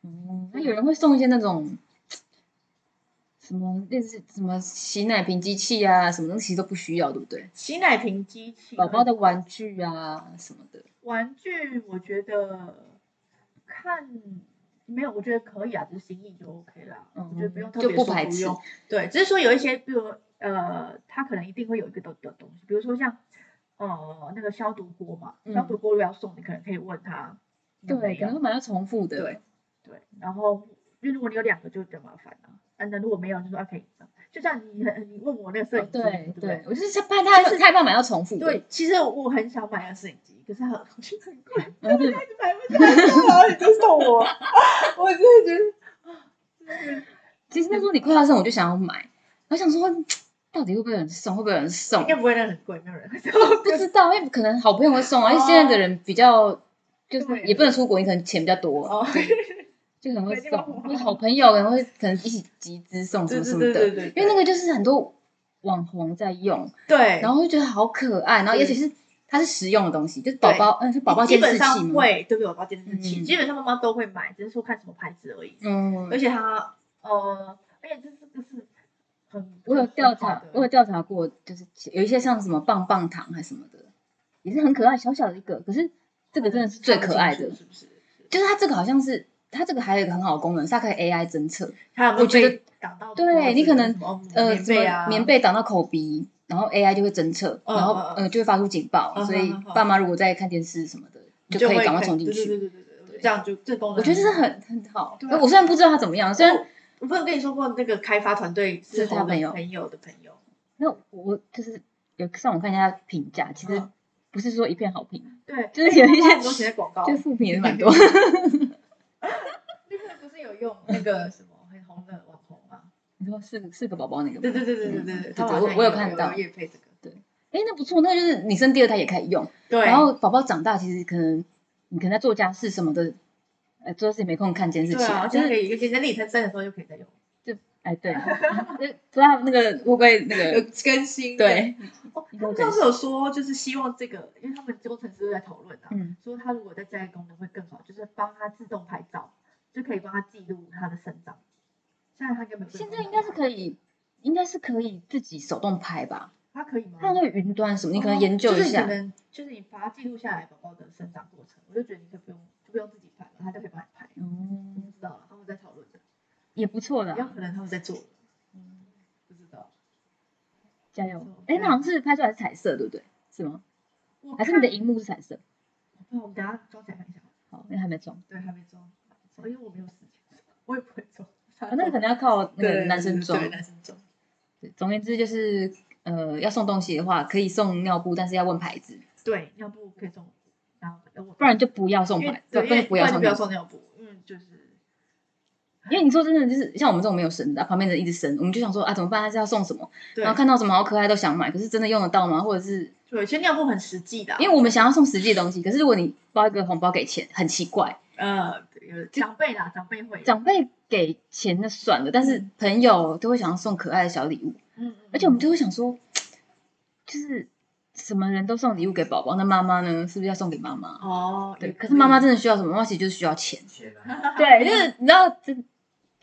Speaker 1: 嗯，那有人会送一些那种什么类似什么洗奶瓶机器啊，什么东西其实都不需要，对不对？
Speaker 2: 洗奶瓶机器
Speaker 1: 宝宝的玩具啊什么的，
Speaker 2: 玩具，我觉得看没有，我觉得可以啊，就是心意就 OK 啦。
Speaker 1: 嗯
Speaker 2: 我觉得不用特
Speaker 1: 就
Speaker 2: 别
Speaker 1: 不
Speaker 2: 说
Speaker 1: 排斥
Speaker 2: 用对，只是说有一些，比如呃，它可能一定会有一个的的东西，比如说像呃那个消毒锅嘛，
Speaker 1: 嗯
Speaker 2: 消毒锅如果要送，你可能可以问他有没
Speaker 1: 对，可能
Speaker 2: 有
Speaker 1: 会买到重复的。
Speaker 2: 对对，然后因为如果你有两个就比较麻烦了、啊，那如果没有就说啊可以，就像你很你问我那个摄影机，对
Speaker 1: 哦对
Speaker 2: 不
Speaker 1: 对，我就是怕他
Speaker 2: 就是
Speaker 1: 害怕买到重复的，
Speaker 2: 对，其实我很想买个摄影机，可是它很 <laughs> 我觉得很贵，
Speaker 1: 然后就
Speaker 2: 一直买不起来，然后你就送我， <laughs> 我真的觉得。
Speaker 1: 其实那时候你快要送，我就想要买，我想说到底会不会有人送，会不会有人送
Speaker 2: 应？该不会那很贵，没有人会送。
Speaker 1: 不知道，因为可能好朋友会送啊，因为现在的人比较就是
Speaker 2: 哦对
Speaker 1: 也不能出国，你可能钱比较多，
Speaker 2: 哦，
Speaker 1: 就可能会
Speaker 2: 没地方
Speaker 1: 送，
Speaker 2: 花
Speaker 1: 或者好朋友可能会可能一起集资送什
Speaker 2: 对
Speaker 1: 么什
Speaker 2: 对
Speaker 1: 么
Speaker 2: 对
Speaker 1: 的，
Speaker 2: 对对，
Speaker 1: 因为那个就是很多网红在用，
Speaker 2: 对，
Speaker 1: 然后就觉得好可爱，然后
Speaker 2: 嗯
Speaker 1: 尤其是它是实用的东西，就是宝宝嗯是宝宝
Speaker 2: 基
Speaker 1: 监视
Speaker 2: 本
Speaker 1: 器
Speaker 2: 上
Speaker 1: 嘛，
Speaker 2: 会，对对，宝宝监视器，
Speaker 1: 嗯
Speaker 2: 基本上妈妈都会买，只是说看什么牌子而已。
Speaker 1: 嗯
Speaker 2: 而，且它，呃，而且这这个是很，
Speaker 1: 我有调
Speaker 2: 很好
Speaker 1: 查
Speaker 2: 的，
Speaker 1: 我有调查过，就是有一些像什么棒棒糖还是什么的，也是很可爱，小小的一个，可是这个真的是最可爱的，
Speaker 2: 是不是？
Speaker 1: 就是它这个好像是它这个还有一个很好的功能，是它可以 AI 侦测，
Speaker 2: 它有没有
Speaker 1: 我觉得
Speaker 2: 被挡到脖子？
Speaker 1: 对你可能
Speaker 2: 什么
Speaker 1: 呃，
Speaker 2: 棉被啊，
Speaker 1: 什么棉被挡到口鼻，然后 AI 就会侦测，
Speaker 2: 嗯
Speaker 1: 然后
Speaker 2: 嗯嗯
Speaker 1: 呃就会发出警报，
Speaker 2: 嗯
Speaker 1: 所以
Speaker 2: 好好好
Speaker 1: 爸妈如果在看电视什么的，
Speaker 2: 你
Speaker 1: 就可
Speaker 2: 会
Speaker 1: 以赶快冲进去。
Speaker 2: 对对对对对对，这样就这功能，
Speaker 1: 我觉得这是很很好。
Speaker 2: 对啊哦
Speaker 1: 呃我虽然不知道它怎么样，虽然
Speaker 2: 我。我不是跟你说过，那个开发团队
Speaker 1: 是他
Speaker 2: 他
Speaker 1: 朋友
Speaker 2: 朋友的朋友，
Speaker 1: 那我我就是有上网看一下评价，其实
Speaker 2: 嗯
Speaker 1: 不是说一片好评，
Speaker 2: 对，
Speaker 1: 就是有一
Speaker 2: 花
Speaker 1: 些
Speaker 2: 很多钱的广告，
Speaker 1: 就负评也是蛮多。
Speaker 2: 那个不是有用那个什么很红的网红吗？
Speaker 1: 你说四个四个宝宝那个吗？
Speaker 2: 对对对对对对对，
Speaker 1: 对
Speaker 2: 他
Speaker 1: 对，
Speaker 2: 好像
Speaker 1: 我我有看到。
Speaker 2: 也配这个，
Speaker 1: 哎，那不错，那就是你生第二胎也可以用。
Speaker 2: 对，
Speaker 1: 然后宝宝长大，其实可能你可能在做家事什么的，呃，做事也没空看监视器
Speaker 2: 对啊，
Speaker 1: 啊，
Speaker 2: 而
Speaker 1: 就
Speaker 2: 且可
Speaker 1: 是
Speaker 2: 以，尤其在立成生的时候就可以再用，
Speaker 1: 哎对， <laughs> 就不知道那个会不会那个
Speaker 2: 更新
Speaker 1: 对，
Speaker 2: 哦，他们上次有说，就是希望这个，因为他们工程师都在讨论啊，
Speaker 1: 嗯
Speaker 2: 说他如果在家功能会更好，就是帮他自动拍照，就可以帮他记录他的生长。现在他根本不
Speaker 1: 现在应该是可以，应该是可以自己手动拍吧？
Speaker 2: 他可以吗？
Speaker 1: 它那个云端什么，你可能
Speaker 2: 哦
Speaker 1: 研究一
Speaker 2: 就是你
Speaker 1: 下
Speaker 2: 可。能就是你把它记录下来宝宝的生长过程，我就觉得你可以不用就不用自己拍了，他就可以帮你拍。我不
Speaker 1: 嗯，
Speaker 2: 知道了，他们在讨论的，
Speaker 1: 也不错
Speaker 2: 也有
Speaker 1: 啦，
Speaker 2: 可能他们在做了，嗯，不知道。
Speaker 1: 加油
Speaker 2: 不错！
Speaker 1: 哎，那好像是拍出来是彩色，对不对？是吗？
Speaker 2: 我
Speaker 1: 还是你的荧幕是彩色？
Speaker 2: 看那我们等一下装起来看一下。
Speaker 1: 好，那还没装。
Speaker 2: 对，还没装，哦因为我没有时间，我也不会装。
Speaker 1: 啊那个可能要靠那个
Speaker 2: 对
Speaker 1: 男生装
Speaker 2: 对。男生装。
Speaker 1: 对总而言之就是，呃，要送东西的话，可以送尿布，但是要问牌子，
Speaker 2: 对，要不可以送，然后我
Speaker 1: 不然就不要送
Speaker 2: 因
Speaker 1: 牌
Speaker 2: 为，
Speaker 1: 不
Speaker 2: 对，因为
Speaker 1: 然就不要
Speaker 2: 然就
Speaker 1: 送
Speaker 2: 不要
Speaker 1: 尿布。
Speaker 2: 送尿布，因为就是
Speaker 1: 因为你说真的，就是像我们这种没有生的，旁边的人一直生，我们就想说啊，怎么办？他是要送什么？
Speaker 2: 对
Speaker 1: 然后，看到什么好可爱都想买，可是真的用得到吗？或者是
Speaker 2: 对，有些尿布很实际的啊，
Speaker 1: 因为我们想要送实际的东西，可是如果你包一个红包给钱，很奇怪。
Speaker 2: 呃，有长辈啦，长辈会，
Speaker 1: 长辈给钱那算了，但是朋友都会想要送可爱的小礼物，
Speaker 2: 嗯，嗯
Speaker 1: 而且我们就会想说，就是什么人都送礼物给宝宝，那妈妈呢？是不是要送给妈妈？
Speaker 2: 哦，
Speaker 1: 对，
Speaker 2: 也
Speaker 1: 可是妈妈真的需要什么？妈妈其实就是需要钱。 <laughs>
Speaker 3: 天啊！
Speaker 1: 对，嗯就是你知道，真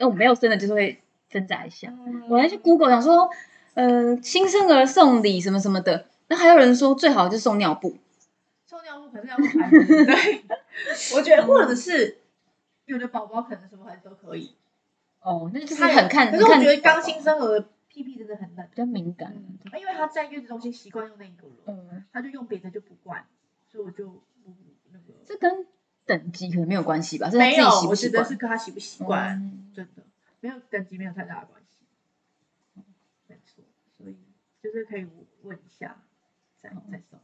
Speaker 1: 那我没有生的，就是会挣扎一下。我还去 Google 想说，呃，新生儿送礼什么什么的，那还有人说最好就是送尿布。
Speaker 2: 送尿布，可是要送牌子， <laughs> 对，我觉得或者是有的宝宝可能什么孩子都可以，
Speaker 1: 哦，那就是
Speaker 2: 他有
Speaker 1: 很看，
Speaker 2: 可是我
Speaker 1: 很看
Speaker 2: 觉得刚
Speaker 1: 宝宝
Speaker 2: 新生儿的屁屁真的很嫩
Speaker 1: 比，较敏感。
Speaker 2: 嗯，因为他在月子中心习惯用那一个了，
Speaker 1: 啊嗯，
Speaker 2: 他就用别的就不惯，所以我就不那个。
Speaker 1: 这跟等级可能没有关系吧？是他
Speaker 2: 没
Speaker 1: 自
Speaker 2: 有
Speaker 1: 己，习不
Speaker 2: 我
Speaker 1: 习
Speaker 2: 觉得
Speaker 1: 惯？
Speaker 2: 是跟他习不习
Speaker 1: 嗯
Speaker 2: 惯，真的没有等级没有太大的关系。嗯没错，所以就是可以问一下，再
Speaker 1: 好
Speaker 2: 再送。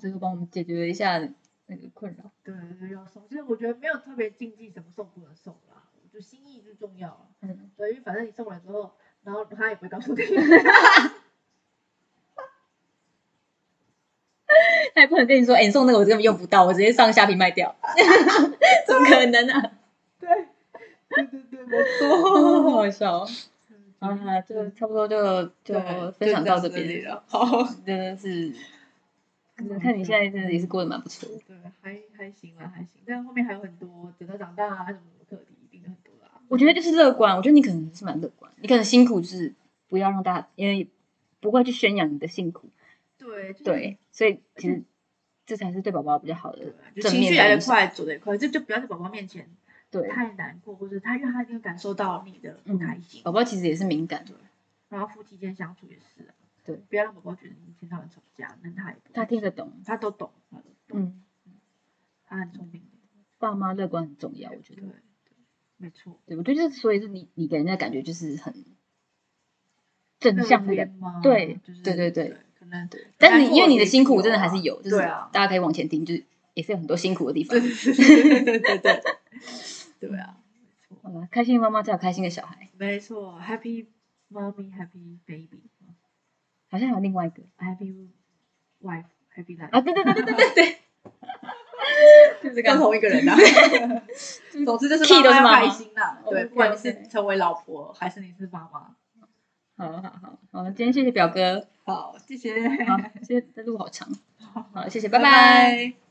Speaker 1: 这个帮我们解决一下那个困扰。
Speaker 2: 对对对，要送，就是我觉得没有特别禁忌，什么送不能送啦，我觉得心意最重要啊。
Speaker 1: 嗯，
Speaker 2: 对，因为反正你送了之后，然后他也不会告诉你。 <laughs>
Speaker 1: 他也不能跟你说，哎、你送那个我根本用不到，我直接上虾皮卖掉， <laughs> 怎么可能 <laughs> 啊？
Speaker 2: 对，对对对，没
Speaker 1: 哦好好
Speaker 2: 错。 <laughs>
Speaker 1: 笑哦。
Speaker 2: 嗯
Speaker 1: 好啦，就差不多就嗯就分享到这边。
Speaker 2: 了。好，
Speaker 1: 真的是， <laughs> 可能看你现在真的也是过得蛮不错的。
Speaker 2: 对，还还行啦，还行，但后面还有很多，等到长大啊什么的课题，一定很多啦。
Speaker 1: 我觉得就是乐观，我觉得你可能是蛮乐观，你可能辛苦就是不要让大家，因为不会去宣扬你的辛苦，
Speaker 2: 对，就是
Speaker 1: 对，所以其实这才是对宝宝比较好的
Speaker 2: 对就
Speaker 1: 正
Speaker 2: 情
Speaker 1: 面
Speaker 2: 绪来
Speaker 1: 的影
Speaker 2: 得
Speaker 1: 响。
Speaker 2: 快，走得也快，就就不要在宝宝面前
Speaker 1: 对，嗯
Speaker 2: 太难过，或者他因为他一定会感受到你的不开心，
Speaker 1: 宝宝其实也是敏感的，
Speaker 2: 然后夫妻间相处也是、啊，
Speaker 1: 对
Speaker 2: 不要让宝宝觉得你一天到晚吵架，那他也不
Speaker 1: 他听得懂。
Speaker 2: 他都懂，他都懂，
Speaker 1: 嗯，
Speaker 2: 他很聪明的，
Speaker 1: 爸妈乐观很重要，我觉得
Speaker 2: 对。对，没错，
Speaker 1: 对，我觉得就是，所以是你你给人家的感觉就是很正向的
Speaker 2: 乐
Speaker 1: 两。
Speaker 2: 天吗？
Speaker 1: 对
Speaker 2: 就是
Speaker 1: 对对对，
Speaker 2: 可能
Speaker 1: 对，但
Speaker 2: 大
Speaker 1: 你
Speaker 2: 家
Speaker 1: 因为你的
Speaker 2: 做
Speaker 1: 辛苦
Speaker 2: 自己
Speaker 1: 真的
Speaker 2: 啊
Speaker 1: 还是有，就是
Speaker 2: 对啊，
Speaker 1: 大家可以往前听，就是也是有很多辛苦的地方
Speaker 2: 对。对对对对 <laughs> 对对啊，没错。
Speaker 1: 好了，开心的妈妈才有开心的小孩，
Speaker 2: 没错，Happy Mommy, Happy Baby,
Speaker 1: 好像还有另外一个
Speaker 2: Happy Wife, Happy Life，
Speaker 1: 啊，对对对对对对
Speaker 2: <laughs>
Speaker 1: 对，就是这
Speaker 2: 跟
Speaker 1: 个。啊
Speaker 2: 同一个人啦。 <laughs> 总之就是
Speaker 1: Key 都是
Speaker 2: 妈
Speaker 1: 妈妈
Speaker 2: 要开心
Speaker 1: <laughs>
Speaker 2: 啦，对，不管你是成为老婆还是你是妈妈。
Speaker 1: 好好好，好，今天谢谢表哥，
Speaker 2: 好，谢谢，
Speaker 1: 好，今天的路好长，好，谢谢，拜
Speaker 2: 拜
Speaker 1: 拜。
Speaker 2: 拜。